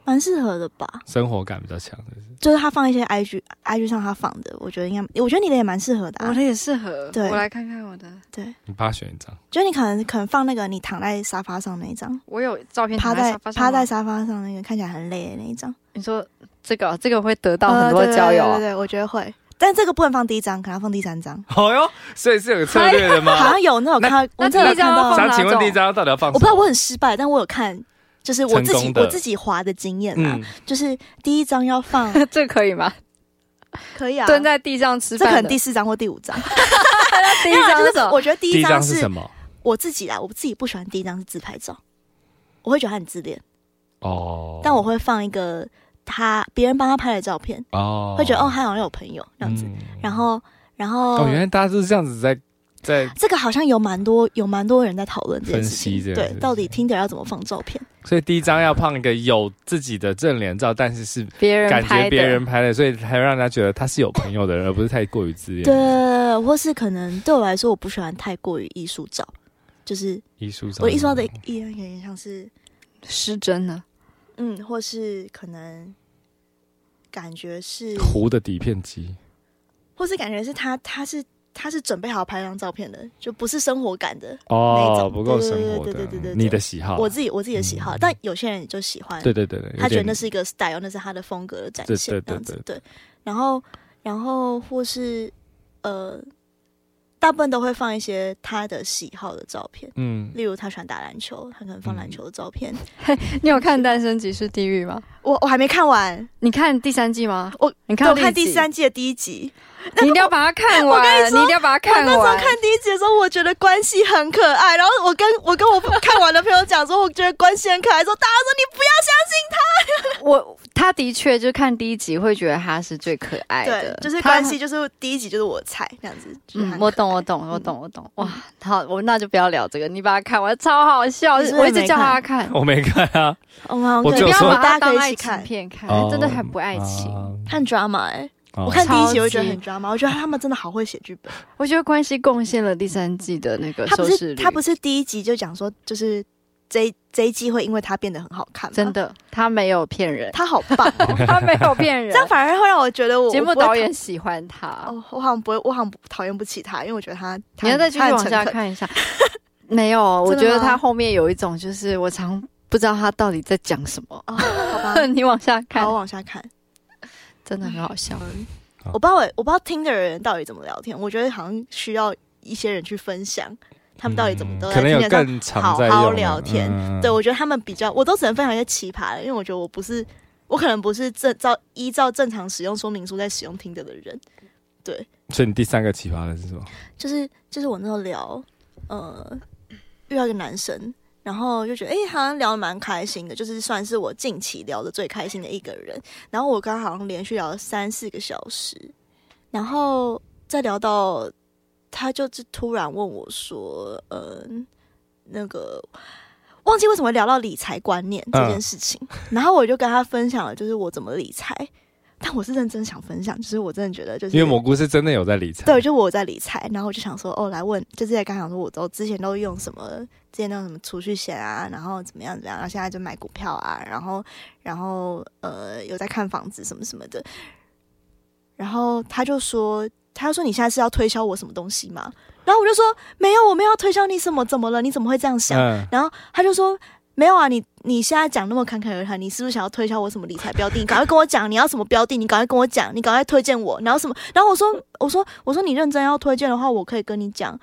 蛮适合的吧？生活感比较强的，就是他放一些 IG IG 上他放的，我觉得应该，我觉得你的也蛮适合我的、啊。的也适合，对我来看看我的，对，你帮他选一张，就是你可能可能放那个你躺在沙发上那一张，我有照片趴躺在在沙发上趴在吗沙发上那个看起来很累的那一张，你说这个哦这个会得到很多呃对交友对对啊，对，我觉得会。但这个不能放第一张，可能要放第三张。哦哟，所以是有个策略的好吗？像有那种啊那看到，那我真的第一张看要到放想哪请问种第一张到底要放什哦我么？不知道，我很失败，但我有看，就是我自成己功的我自己滑的经验啊，嗯，就是第一张要放， 这可以吗？可以啊，蹲在地上吃这可饭能的， 第四张或第五张，第一张就是是什么？我觉得第第一一张张是是什么？我自己啦，我自己不喜欢第一张是自拍照，我会觉得他很自恋，哦，但我会放一个他别人帮他拍的照片，哦会觉得哦，他好像有朋友这样子，嗯然后然后哦，原来大家就是这样子在在，这个好像有蛮多有蛮多人在讨论这件分事析情，这样对子，到底 Tinder 要怎么放照片？所以第一张要放一个有自己的正脸照，但是是 别人感拍觉的，别人拍的，所以才让人家觉得他是有朋友的人，而不是太过于自恋。对，或是可能对我来说，我不喜欢太过于艺术照，就是艺术照，我艺术照的艺人有点像是失真了，嗯，或是可能感觉是，糊的底片机，或是感觉是他他是他是准备好拍张照片的，就不是生活感的。那哦，种不够生活的对对对对对对，你的喜好，啊我自己我自己的喜好，嗯但有些人就喜欢，对对对对，有他觉得点那是一个 style，那是他的风格的展对现，对这样对子对。然后，然后或是呃，大部分都会放一些他的喜好的照片，嗯，例如他喜欢打篮球，他可能放嗯篮球的照片。 你有看《单身即是地狱》吗？我我还没看完，你看第三季吗？我你看我到看第第几三，季的第一集。 你一定要把它看完，我跟你说一定要把它我看那时候完。看第一集的时候，我觉得关系很可爱。然后我跟 我跟我看完的朋友讲说，我觉得关系很可爱，说大家说你不要相信我他的确就看第一集会觉得他是最可爱的对，，就是他关系，就是第一集就是我菜那样子。就是嗯很，我可懂，爱嗯我。懂，我懂，我懂。哇，好，我那就不要聊这个，你把它看完，超好笑，你是不是我一直没叫看他 看，我没看 啊，哦，蛮好我可爱只不有要说把它大家可当以一爱起情看片看哦，真的很不爱情。啊看 drama 哎，哦我看第一集超我就觉得级很 drama，我觉得他们真的好会写剧本。我觉得关系贡献了第三季的那个他收不视是率，他不是第一集就讲说，就是这一这一季会因为他变得很好看，真，的，他没有骗人，他好棒啊哦，他没有骗 这人样。反而会让我觉得我节目我不会导演喜欢他，哦，我好像不会，我好像不讨厌不起他，因为我觉得他他你要再继续往他下很诚恳看一下。 没有，我真的觉得吗他后面有一种，就是我常不知道他到底在讲什么。哦，好 吧，你往下看好，我，往下看。真的很好笑。我不知道欸我我不知道听的人到底怎么聊天，我觉得好像需要一些人去分享他们到底怎么都嗯在可能听有得上。更常在好好用的聊天嗯对，我觉得他们比较，我都只能分享一些奇葩的，因为我觉得我不是，我可能不是正照依照正常使用说明书在使用听的的人，所以你第三个启发的是什么？就是就是我那时候聊，呃，遇到一个男生，然后就觉得哎、诶好像聊得蛮开心的，就是算是我近期聊的最开心的一个人。然后我刚好像连续聊了三四个小时，然后再聊到他就是突然问我说，嗯、那个。忘记为什么聊到理财观念这嗯件事情，然后我就跟他分享了，就是我怎么理财，但我是认真想分享，就是我真的觉得就是因为蘑菇是真的有在理财，对，就我在理财，然后我就想说，哦，来问，就是在刚想说，我都之前都用什么，之前都用什么储蓄险啊，然后怎么样怎么样，然后现在就买股票啊，然后然后呃有在看房子什么什么的，然后他就说，他就说你现在是要推销我什么东西吗？然后我就说没有，我没有要推销你什么，怎么了？你怎么会这样想？嗯，然后他就说。没有啊，你你现在讲那么侃侃而谈，你是不是想要推销我什么理财标的？你赶快跟我讲，你要什么标的？你赶快跟我讲，你赶快推荐我。然后什么？然后我说，我说，我说你认真要推荐的话，我可以跟你讲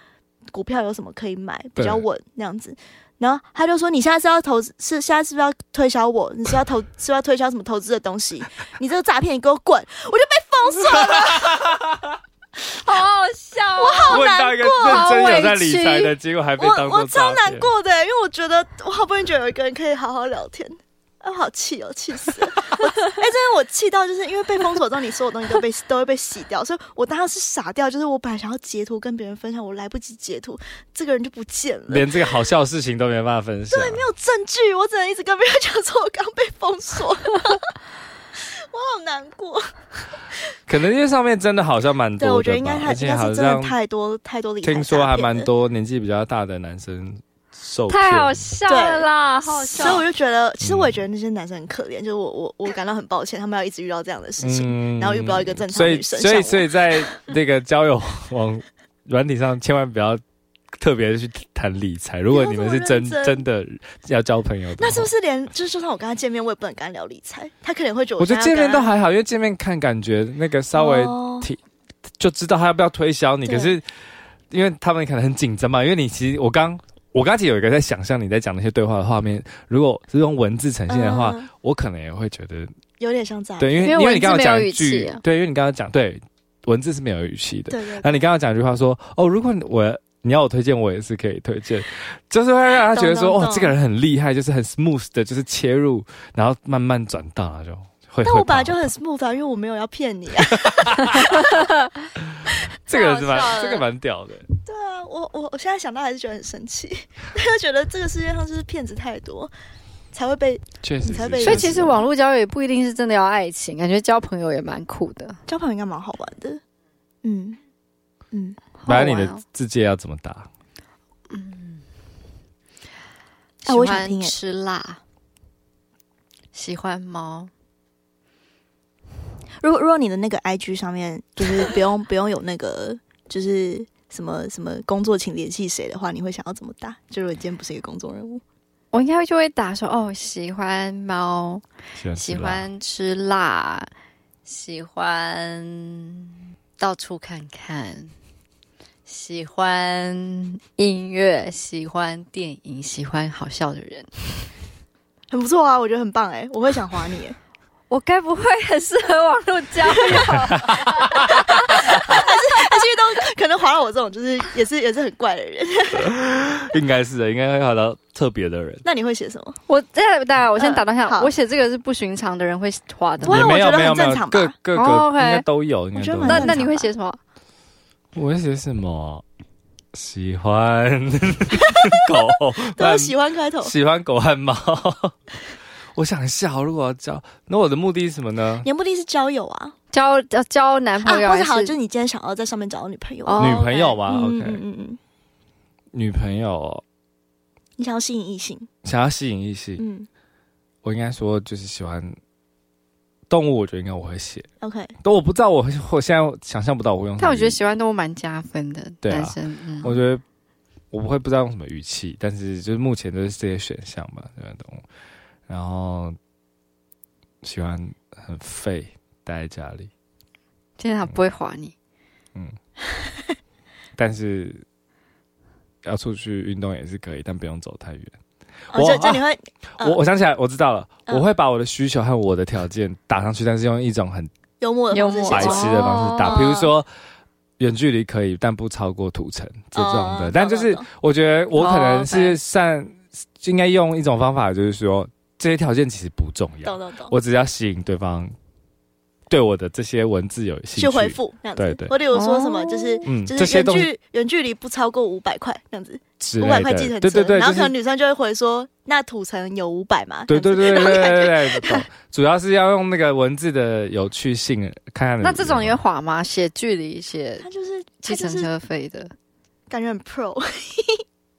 股票有什么可以买，比较对稳那样子。然后他就说，你现在是要投资，是现在是不是要推销我？你是要投，是要推销什么投资的东西？你这个诈骗，你给我滚！我就被封锁 了。好好笑哦，我问到一个认真有在理财好的，结果还被当我做我诈骗超难欸过的，因为我觉得我好不容易觉得有一个人可以好好聊天，啊，好气哦，气死了！ 哎、真的我气到，就是因为被封锁之后，你所有东西都被都会被洗掉，所以我当时是傻掉，就是我本来想要截图跟别人分享，我来不及截图，这个人就不见了，没连这个好笑的事情都没办法分享。有证据，我只能一直跟别人讲说我刚被封锁， 我好难过。可能因为上面真的好像蛮多对，的吧，我觉得应该他而应且该好是真的像太多太多理财听说还诈骗蛮的多年纪比较大的男生受骗太好笑了啦，好好所以笑我。就觉得，其实嗯我也觉得那些男生很可怜，就是我我我感到很抱歉，他们要一直遇到这样的事情。嗯然后遇不到一个正常所以女生所以像我所以在那个交友网软体上，千万不要特别去谈理财。如果你们是真不要这么真认的要交朋友的话，那是不是连就是就算我跟他见面，我也不能跟他聊理财？他可能会觉得我觉得见面都好，还好，因为见面看感觉那个稍微哦就知道他要不要推销你。对可是因为他们可能很紧张嘛，因为你其实我刚我刚其实有一个在想象你在讲那些对话的画面，如果是用文字呈现的话，嗯啊我可能也会觉得有点像诈骗。对，因为因为因为你刚文刚字没有讲一语气句啊，对，因为你刚刚讲对文字是没有语气的。对对然后你刚刚讲一句话说，哦，如果我你要我推荐，我也是可以推荐，就是会让他觉得说，懂懂哦，懂这个人很厉害，就是很 smooth 的，就是切入，然后慢慢转大就会。但会我本怕来就很 smooth 啊，因为我没有要骗你啊。 这个人是蛮太好笑了这个蛮屌的，对啊，我我我现在想到还是觉得很生气， 就觉得这个世界上就是骗子太多，才会被确实你才是。被确所以实其实是网络交友也不一定是真的要爱情，感觉交朋友也蛮酷的。交朋友应该蛮好玩的。嗯嗯，好本来玩你的哦字界要怎么打？哎我想听喜欢哎吃辣，喜欢猫，如果如果你的那个 IG 上面就是 不用不用有那个就是什么什么工作请联系谁的话，你会想要怎么打？就是我今天不是一个公众人物，我应该就会打说哦，喜欢猫，喜欢吃喜辣欢吃辣，喜欢到处看看，喜欢音乐，喜欢电影，喜欢好笑的人。很不错啊，我觉得很棒哎、我会想划你、欸，我该不会很适合网络交友？ 但是因 为都可能划到我这种就是也是也是很怪的人。 应该是的，应该会好到特别的人。那你会写什么？ 我再大家，我先打断一下，嗯好我写这个是不寻常的人会画的不。会也我没有觉得没有很没正有常，吧各各个哦应，OK 该都有，应该都我觉得有。蛮那正那常你会吧写什么？我会写什么？喜欢狗， 都是喜欢开头。喜欢狗和猫。我想笑，如果要交，那我的目的是什么呢？你的目的是交友啊，交交交男啊，朋友或还者好，是就是你今天想要在上面找到女朋友，哦女朋友吧嗯嗯啊，OK，嗯嗯，女朋友你想要吸引异性，想要吸引异性，嗯我应该说就是喜欢动物，我觉得应该我会写， ，OK，但我不知道我会我现在想象不到我会用什么语。但我觉得喜欢动物蛮加分的，对啊男生。嗯，我觉得我不会不知道用什么语气，但是就是目前都是这些选项吧，这种动物。然后喜欢很废，待在家里，天啊，不会划你。但是要出去运动也是可以，但不用走太远。哦，我啊就就你会呃我我想起来，我知道了，嗯我会把我的需求和我的条件打上去，但是用一种很幽默的幽方式默写白出来痴的方式打，哦比如说。远距离可以，但不超过土城这种的。哦但就是懂懂懂我觉得我可能哦是，OK 善，应该用一种方法，就是说这些条件其实不重要懂，懂懂，我只要吸引对方对我的这些文字有兴趣。去回复那样子。对对我例如说什哦么，就是嗯，就这是些远东西距远距离不超过五百块那样子，之五百类块计程的，车，对对对，就然后可是能女生就会回说，那土城有五百吗？对对对对这样子对对对，懂。主要是要用那个文字的有趣性，看看那这种也有划吗？写距离，写 他就是计他就程是车费的。感觉很 pro，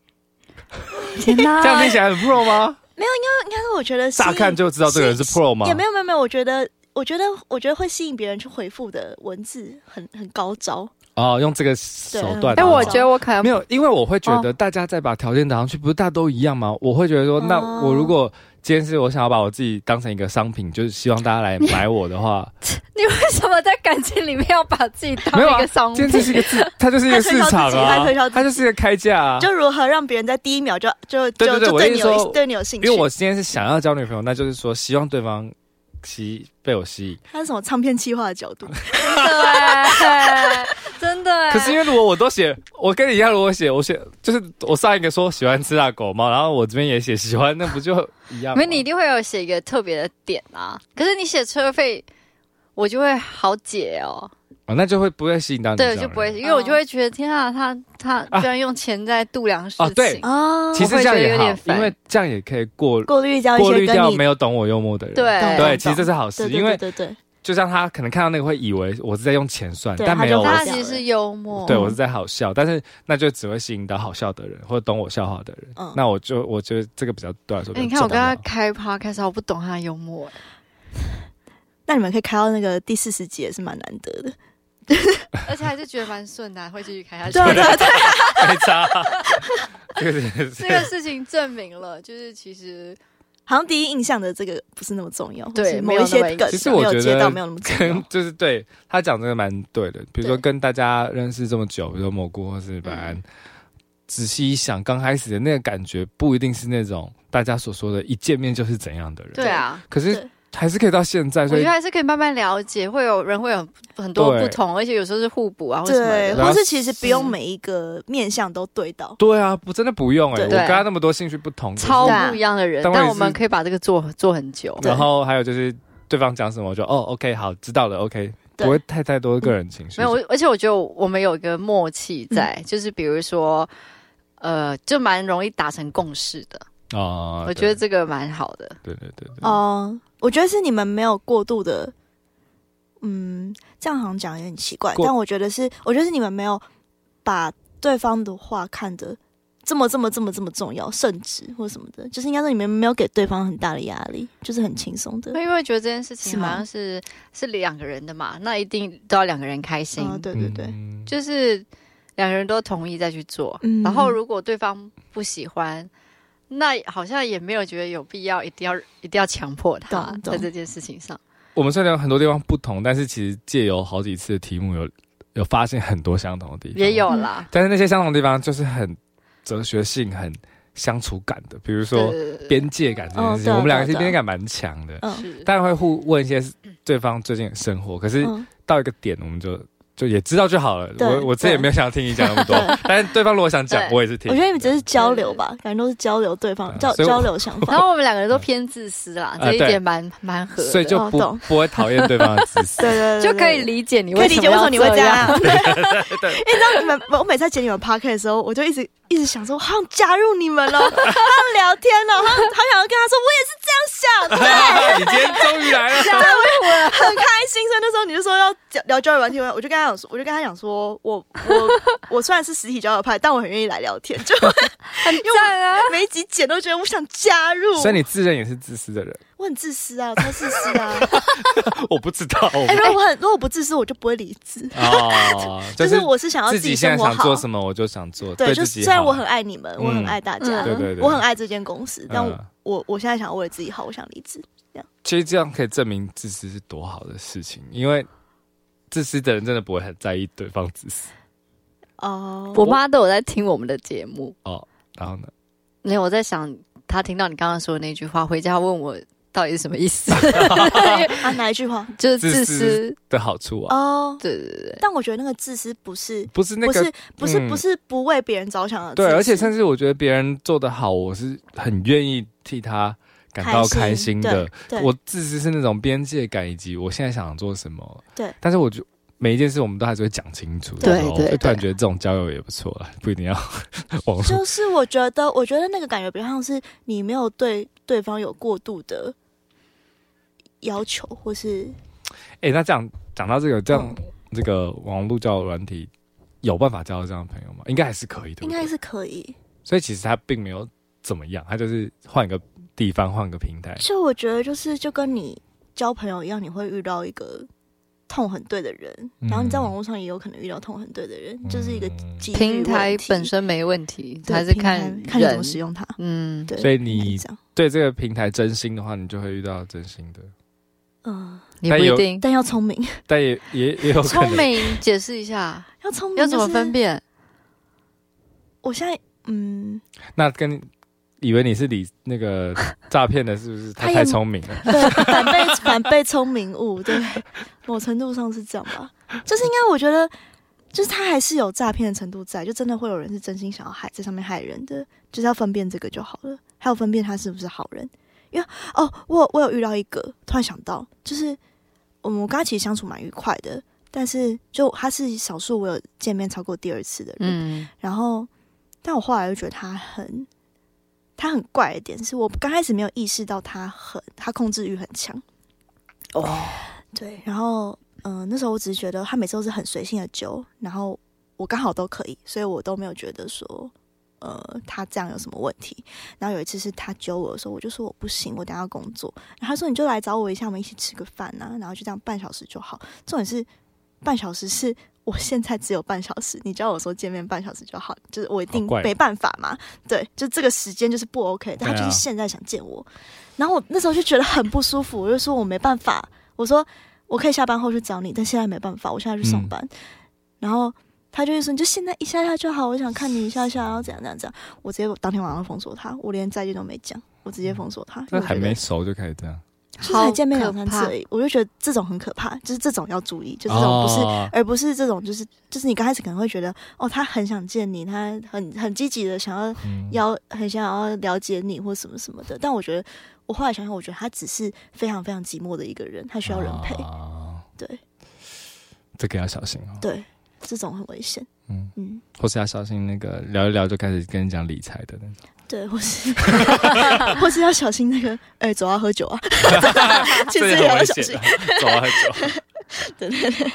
天哪这样听起来很 pro 吗？但是我觉得吸乍引看就知道这个人是 pro 吗也？没有没有没有，我觉得我觉得我觉得会吸引别人去回复的文字很很高招，哦，用这个手段。但哎对我觉得我可能没有，因为我会觉得大家再把条件打上去，不是大家都一样吗？我会觉得说，那哦我如果今天是我想要把我自己当成一个商品，就是希望大家来买我的话，你为什么在感情里面要把自己当没有一啊个商今品天？这是一个市，它就是一个市场他啊推销自己他推销，自己它就是一个开价啊。就如何让别人在第一秒就就对就对对就我的对意你思有说对你有兴趣。因为我今天是想要交女朋友，那就是说希望对方吸被我吸引。他是什么唱片企划的角度， 对，真的哎。可是因为如果我都写，我跟你一样，如果写我写就是我上一个说喜欢吃辣狗猫，然后我这边也写喜欢，那不就一样吗？没有你一定会有写一个特别的点啊。可是你写车费，我就会好解哦。哦，那就会不会吸引到你这样对，的人？就不会，因为我就会觉得天啊，他他居然用钱在度量事啊对情。哦，其实这样也我会觉得有点好，烦因为这样也可以过过滤呃掉一过些滤跟掉你没有懂我幽默的人。对懂对，懂其实这是好事，对对因为对对对就像他可能看到那个会以为我是在用钱算，对但没有我他就嗯他是是其实是幽默，对我是在好笑，但是那就只会吸引到好笑的人或者懂我笑话的人。嗯那我就我觉得这个比较对我来说比哎较你看我重跟他要开趴开始，我不懂他的幽 默，那你们可以开到那个第四十集也是蛮难得的。而且还是觉得蛮顺的，啊会继续开下去。对对 对，没差，这个真的这是个事情证明了，就是其实好像第一印象的这个不是那么重要，对是某没有一那些么梗其实没我有觉接到得没有那么重跟要。就是对他讲这个蛮对的，比如说对嗯跟大家认识这么久，比如说蘑菇或是白安，仔细一想，刚开始的那个感觉不一定是那种大家所说的一见面就是怎样的人，对啊，可是对还是可以到现在，我所觉以得还是可以慢慢了解，会有人会有很多对不同，而且有时候是互补啊，或什么对，的。然或后是其实不用嗯每一个面相都对到，对啊，不真的不用哎、对我跟他那么多兴趣不同，超可是啊不一样的人，但但我也我们是啊可以把这个做做很久。然后还有就是对方讲什么，我就哦，OK，好，知道了，OK，对不会太太多个人情绪。没有，我而且我觉得我们有一个默契在，嗯就是比如说，呃，就蛮容易达成共识的。啊，我觉得这个蛮好的。对对对对对，哦、我觉得是你们没有过度的，嗯，这样好像讲有点奇怪，过但我觉得是，我觉得是你们没有把对方的话看得这么这么这么这么重要，甚至或什么的，就是应该说你们没有给对方很大的压力，就是很轻松的。因为觉得这件事是情吗好像是是两个人的嘛，那一定都要两个人开心，哦，对对对，嗯就是两个人都同意再去做。嗯然后如果对方不喜欢，那好像也没有觉得有必要一定要一定要强迫他懂懂在这件事情上。我们虽然有很多地方不同，但是其实借由好几次的题目有有发现很多相同的地方，也，有啦，但是那些相同的地方就是很哲学性、很相处感的，比如说对对对边界感这件事情，哦对啊我们两个其实对啊对边啊界感蛮强的。嗯是当然会互问一些对方最近的生活，可是嗯，到一个点，我们就就也知道就好了。对我我自己也对没有想听你讲那么多 对，但是对方如果想讲，对我也是听。我觉得你们只是交流对吧，感觉都是交流对对方啊交所以我交流想 然法。后我们两个人都偏自私啦，呃这一对点蛮蛮合的，所以就哦不懂不会讨厌对方的姿 势。对对对，就可以对理解你可为以什理么解为什么你会要这这样。 因为对你知道你们，我每次在剪你们 p o d c a s t 的时候，我就一直一直想说，我好想加入你们哦，好想聊天哦，好想好想要跟他说，我也是这样想，你今天终于来了，很开心。所以那时候你就说要讲聊交友软体，我就跟他讲说，我就跟他讲说，我我 我虽然是实体交友派，但我很愿意来聊天，就 很赞 啊！每一集剪都觉得我想加入，所以你自认也是自私的人，我很自私啊，我超自私啊。我不知道，我哎、不 如果我很如果我不自私，我就不会离职。哦，哎 就是我是想要自己现在生活想好做，什么我就想做，对，就自是己虽然好我很爱你们，我很嗯爱大家，嗯对对对，我很爱这间公司，但我、嗯我我现在想要为了自己好，我想离职。其实这样可以证明自私是多好的事情，因为自私的人真的不会很在意对方自私。哦、我妈都有在听我们的节目，然后呢，没有我在想，她听到你刚刚说的那句话，回家问我到底是什么 意思，因为啊，哪一句话？就是自自私私，的好处啊，哦、对对对对，但我觉得那个自私不是，不是那不个是，不是，嗯不是不为别人着想的自私。对，而且甚至我觉得别人做的好，我是很愿意替他感到开心的。对，对我自私是那种边界感，以及我现在想做什么。对，但是我就每一件事，我们都还是会讲清楚。对然后对就突然对觉得这种交友也不错啦，不一定要 网络。就是我觉得，我觉得那个感觉比较像是你没有对对方有过度的要求，或是哎、那这样讲到这个，这嗯样、这个网络交友软体有办法交到这样的朋友吗？应该还是可以的，应该。是可以。所以其实他并没有怎么样，他就是换一个地方，换个平台。就我觉得，就是就跟你交朋友一样，你会遇到一个痛很对的人，嗯然后你在网络上也有可能遇到痛很对的人，就是一个嗯机遇平台问题本身没问题，对还是平台看看你怎么人，使用它。嗯，对，所以应该你是这样对这个平台真心的话，你就会遇到真心的。嗯，你不但有一定。但要聪明， 但也也也有可聪能，明，解释一下，要聪明、要怎么分辨？辨？我现在嗯，那跟以为你是理那个诈骗的，是不是？他他也太聪明了， 对，反被 反被聪明误，对，某程度上是这样吧。就是应该，我觉得就是他还是有诈骗的程度在，就真的会有人是真心想要害在上面害人的，就是要分辨这个就好了，还有分辨他是不是好人。因为哦，我有我有遇到一个，突然想到，就是我们跟他其实相处蛮愉快的，但是就他是少数我有见面超过第二次的人，嗯，然后，但我后来又觉得他很，他很怪的点是我刚开始没有意识到他很，他控制欲很强。哦，对，然后嗯、呃那时候我只是觉得他每次都是很随性的揪，然后我刚好都可以，所以我都没有觉得说。呃，他这样有什么问题？然后有一次是他揪我的时候，我就说我不行，我等一下要工作。然后他说你就来找我一下，我们一起吃个饭呐、然后就这样半小时就好。重点是半小时是我现在只有半小时，你叫我说见面半小时就好，就是我一定好怪哦没办法嘛。对，就这个时间就是不 OK，但他就对啊是现在想见我。然后我那时候就觉得很不舒服，我就说我没办法，我说我可以下班后去找你，但现在没办法，我现在去上班。嗯然后他就会说，你就现在一下下就好，我想看你一下下，然后怎样怎样怎样。我直接当天晚上封锁他，我连再见都没讲，我直接封锁他。因为那我觉还得没熟就开始这样，就是才见面好两可三次怕而已，我就觉得这种很可怕，就是这种要注意，就这种不是。哦而不是这种，就是就是你刚开始可能会觉得，哦，他很想见你，他很很积极的想要嗯要很想要了解你或什么什么的。但我觉得，我后来想想，我觉得他只是非常非常寂寞的一个人，他需要人陪。啊对这个要小心哦。对，这种很危险。嗯，嗯，或是要小心那个聊一聊就开始跟你讲理财的那种。对，或是 或是要小心那个，哎、走啊，喝酒 啊，其实这也个很要危小险心。啊， 走啊走啊。对对对，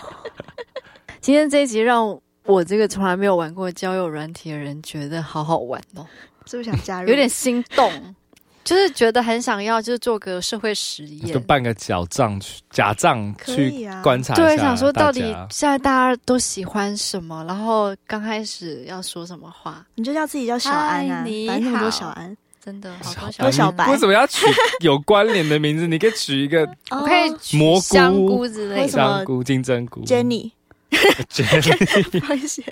今天这一集让我这个从来没有玩过交友软体的人觉得好好玩哦，是不是想加入？有点心动， 就是觉得很想要，就是做个社会实就验。办个假账去，假账可以去啊观察一下大家。对，想说到底现在大家都喜欢什么，然后刚开始要说什么话，你就叫自己叫小安啊嗨你，反正那么好多小安，真的好小多多小白白为什么要取有关联的名字？你可以取一个我可以哦取蘑菇香菇之类为什的。么香菇、金针菇、 Jenny， Jenny 不好意思，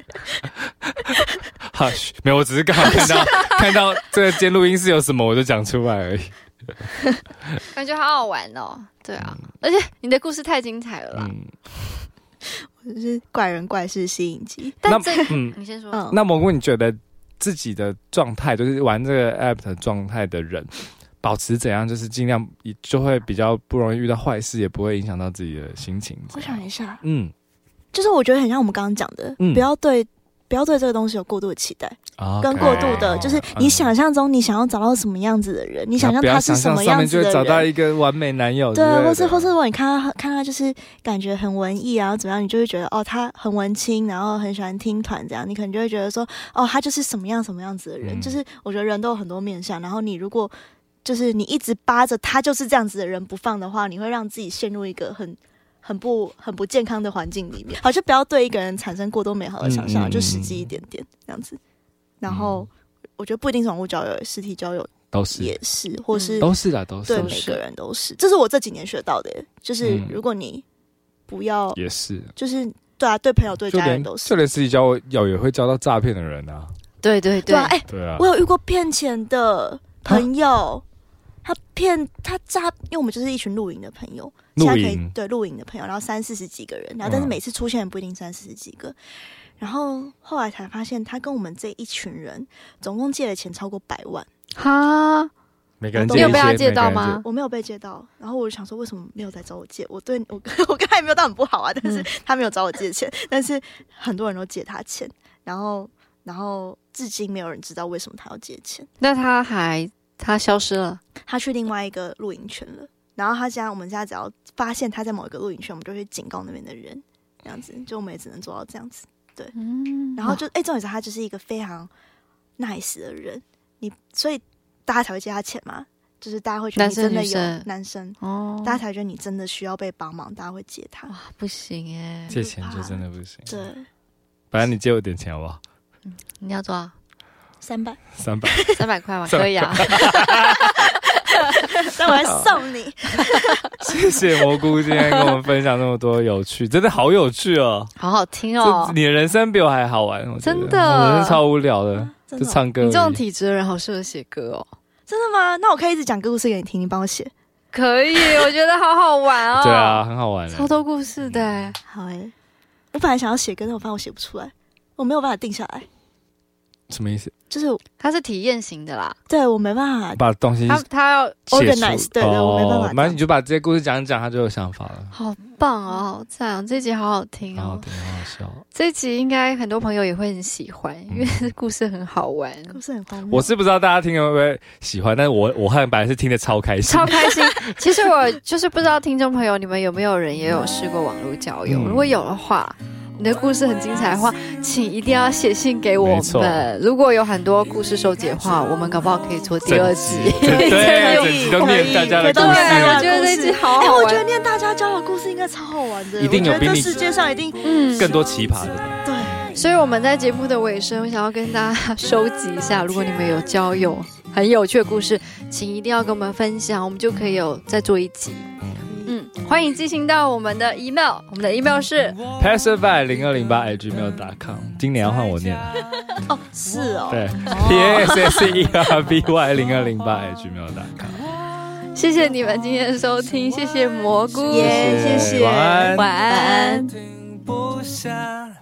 Hush。没有，我只是刚好 看到看到这个监录音是有什么，我就讲出来而已。感觉好好玩哦。对啊，而且你的故事太精彩啊了啦。嗯，就是怪人怪事吸引机。那但这嗯，你先说，嗯，那蘑菇，你觉得自己的状态，就是玩这个 app 的状态的人，保持怎样？就是尽量就会比较不容易遇到坏事，也不会影响到自己的心情。我想一下，嗯就是我觉得很像我们刚刚讲的，嗯不要对。不要对这个东西有过度的期待，啊跟过度的，就是嗯你想象中你想要找到什么样子的人，你啊想象他是什么上样面子就会的找到人，一个完美男友之类的，对，啊或是或是如果你看他看他就是感觉很文艺啊，怎么样，你就会觉得哦，他很文青，然后很喜欢听团这样，你可能就会觉得说哦，他就是什么样什么样子的人，嗯就是我觉得人都有很多面相，然后你如果就是你一直扒着他就是这样子的人不放的话，你会让自己陷入一个很。很不很不健康的环境里面，好，就不要对一个人产生过多美好的想象，嗯嗯嗯就实际一点点这样子。然后，我觉得不一定是网络交友，实体交友都是也是，或是都是啦，都是对都每是个人都是，这是我这几年学到的耶，就是嗯如果你不要，也是，就是对啊，对朋友对就家人连都是就，连自己交友也会交到诈骗的人啊，对对对对啊，，哎、对啊我，有遇过骗钱的朋友，他骗他诈，因为我们就是一群露营的朋友，现露在可以营对露营的朋友，然后三四十几个人，然后但是嗯每次出现的不一定三四十几个，然后后来才发现他跟我们这一群人总共借了钱超过百万，哈，每个人都借一你有些被他借每个人到吗？我没有被借到，然后我就想说，为什么没有来找我借？我对 我我跟他也没有到很不好啊，但是嗯他没有找我借钱， 但是很多人都借他钱，然后然后至今没有人知道为什么他要借钱，那他还他消失了，他去另外一个露营圈了，然后他现在我们现在只要发现他在某一个露营圈，我们就会警告那边的人，这样子，就我们也只能做到这样子。嗯，然后就哎、重点是他就是一个非常 nice 的人，你所以大家才会借他钱嘛，就是大家会觉得男你生真的女有生男生。哦，大家才觉得你真的需要被帮忙，大家会接他。哇不行哎，借钱就真的不行，对，反正你借我点钱好不好？你要 多少？三百，三百， 三百块吗？可以啊，但我还送 你。谢谢蘑菇今天跟我们分享那么多有趣，真的好有趣哦！好好听哦这。你的人生比我还好玩，我觉得真的我人生超无聊的，真就的哦唱歌而已。你这种体质的人好适合写歌哦，真的吗？那我可以一直讲个故事给你听，你帮我写。 可以，我觉得好好玩哦。对，啊，很好玩。超多故事的欸。好诶、我本来想要写歌，但我发现我写不出来，我没有办法定下来，什么意思？就是它是体验型的啦，对我没办法把东西它它要写出啊 organize，对对我没办法哦反正你就把这些故事讲一讲，他就有想法了。好棒哦，好赞哦，这集好好哎听然后哦，对，好好笑。这集应该很多朋友也会很喜欢，因为嗯 故事很好玩，故事很荒谬。我是不知道大家听了会不会喜欢，但是我我和白是听得超开心 超。开心。其实我就是不知道听众朋友你们有没有人也有试过网络交友，嗯如果有的话。你的故事很精彩的话，请一定要写信给我没错们。如果有很多故事收集的话，我们搞不好可以做第二集。 整集对，啊可整以集都念大家的可以故都念大家事的。啊我觉得这集好哎、好我觉得玩。念大家交的故事应该超好玩的，一定有我觉比得这你世界上一定 嗯，更多奇葩的，对。所以我们在节目的尾声，我想要跟大家收集一下，如果你们有交友很有趣的故事，请一定要跟我们分享，我们就可以有再做一集。嗯，欢迎寄信到我们的 email，我们的 email 是 passerby 零二零八 at gmail.com，今年要换我念了，哦，是哦，对，p s s e r b y 零二零八 at gmail.com，谢谢你们今天的收听，谢谢蘑菇，耶谢谢晚安。晚安。停不下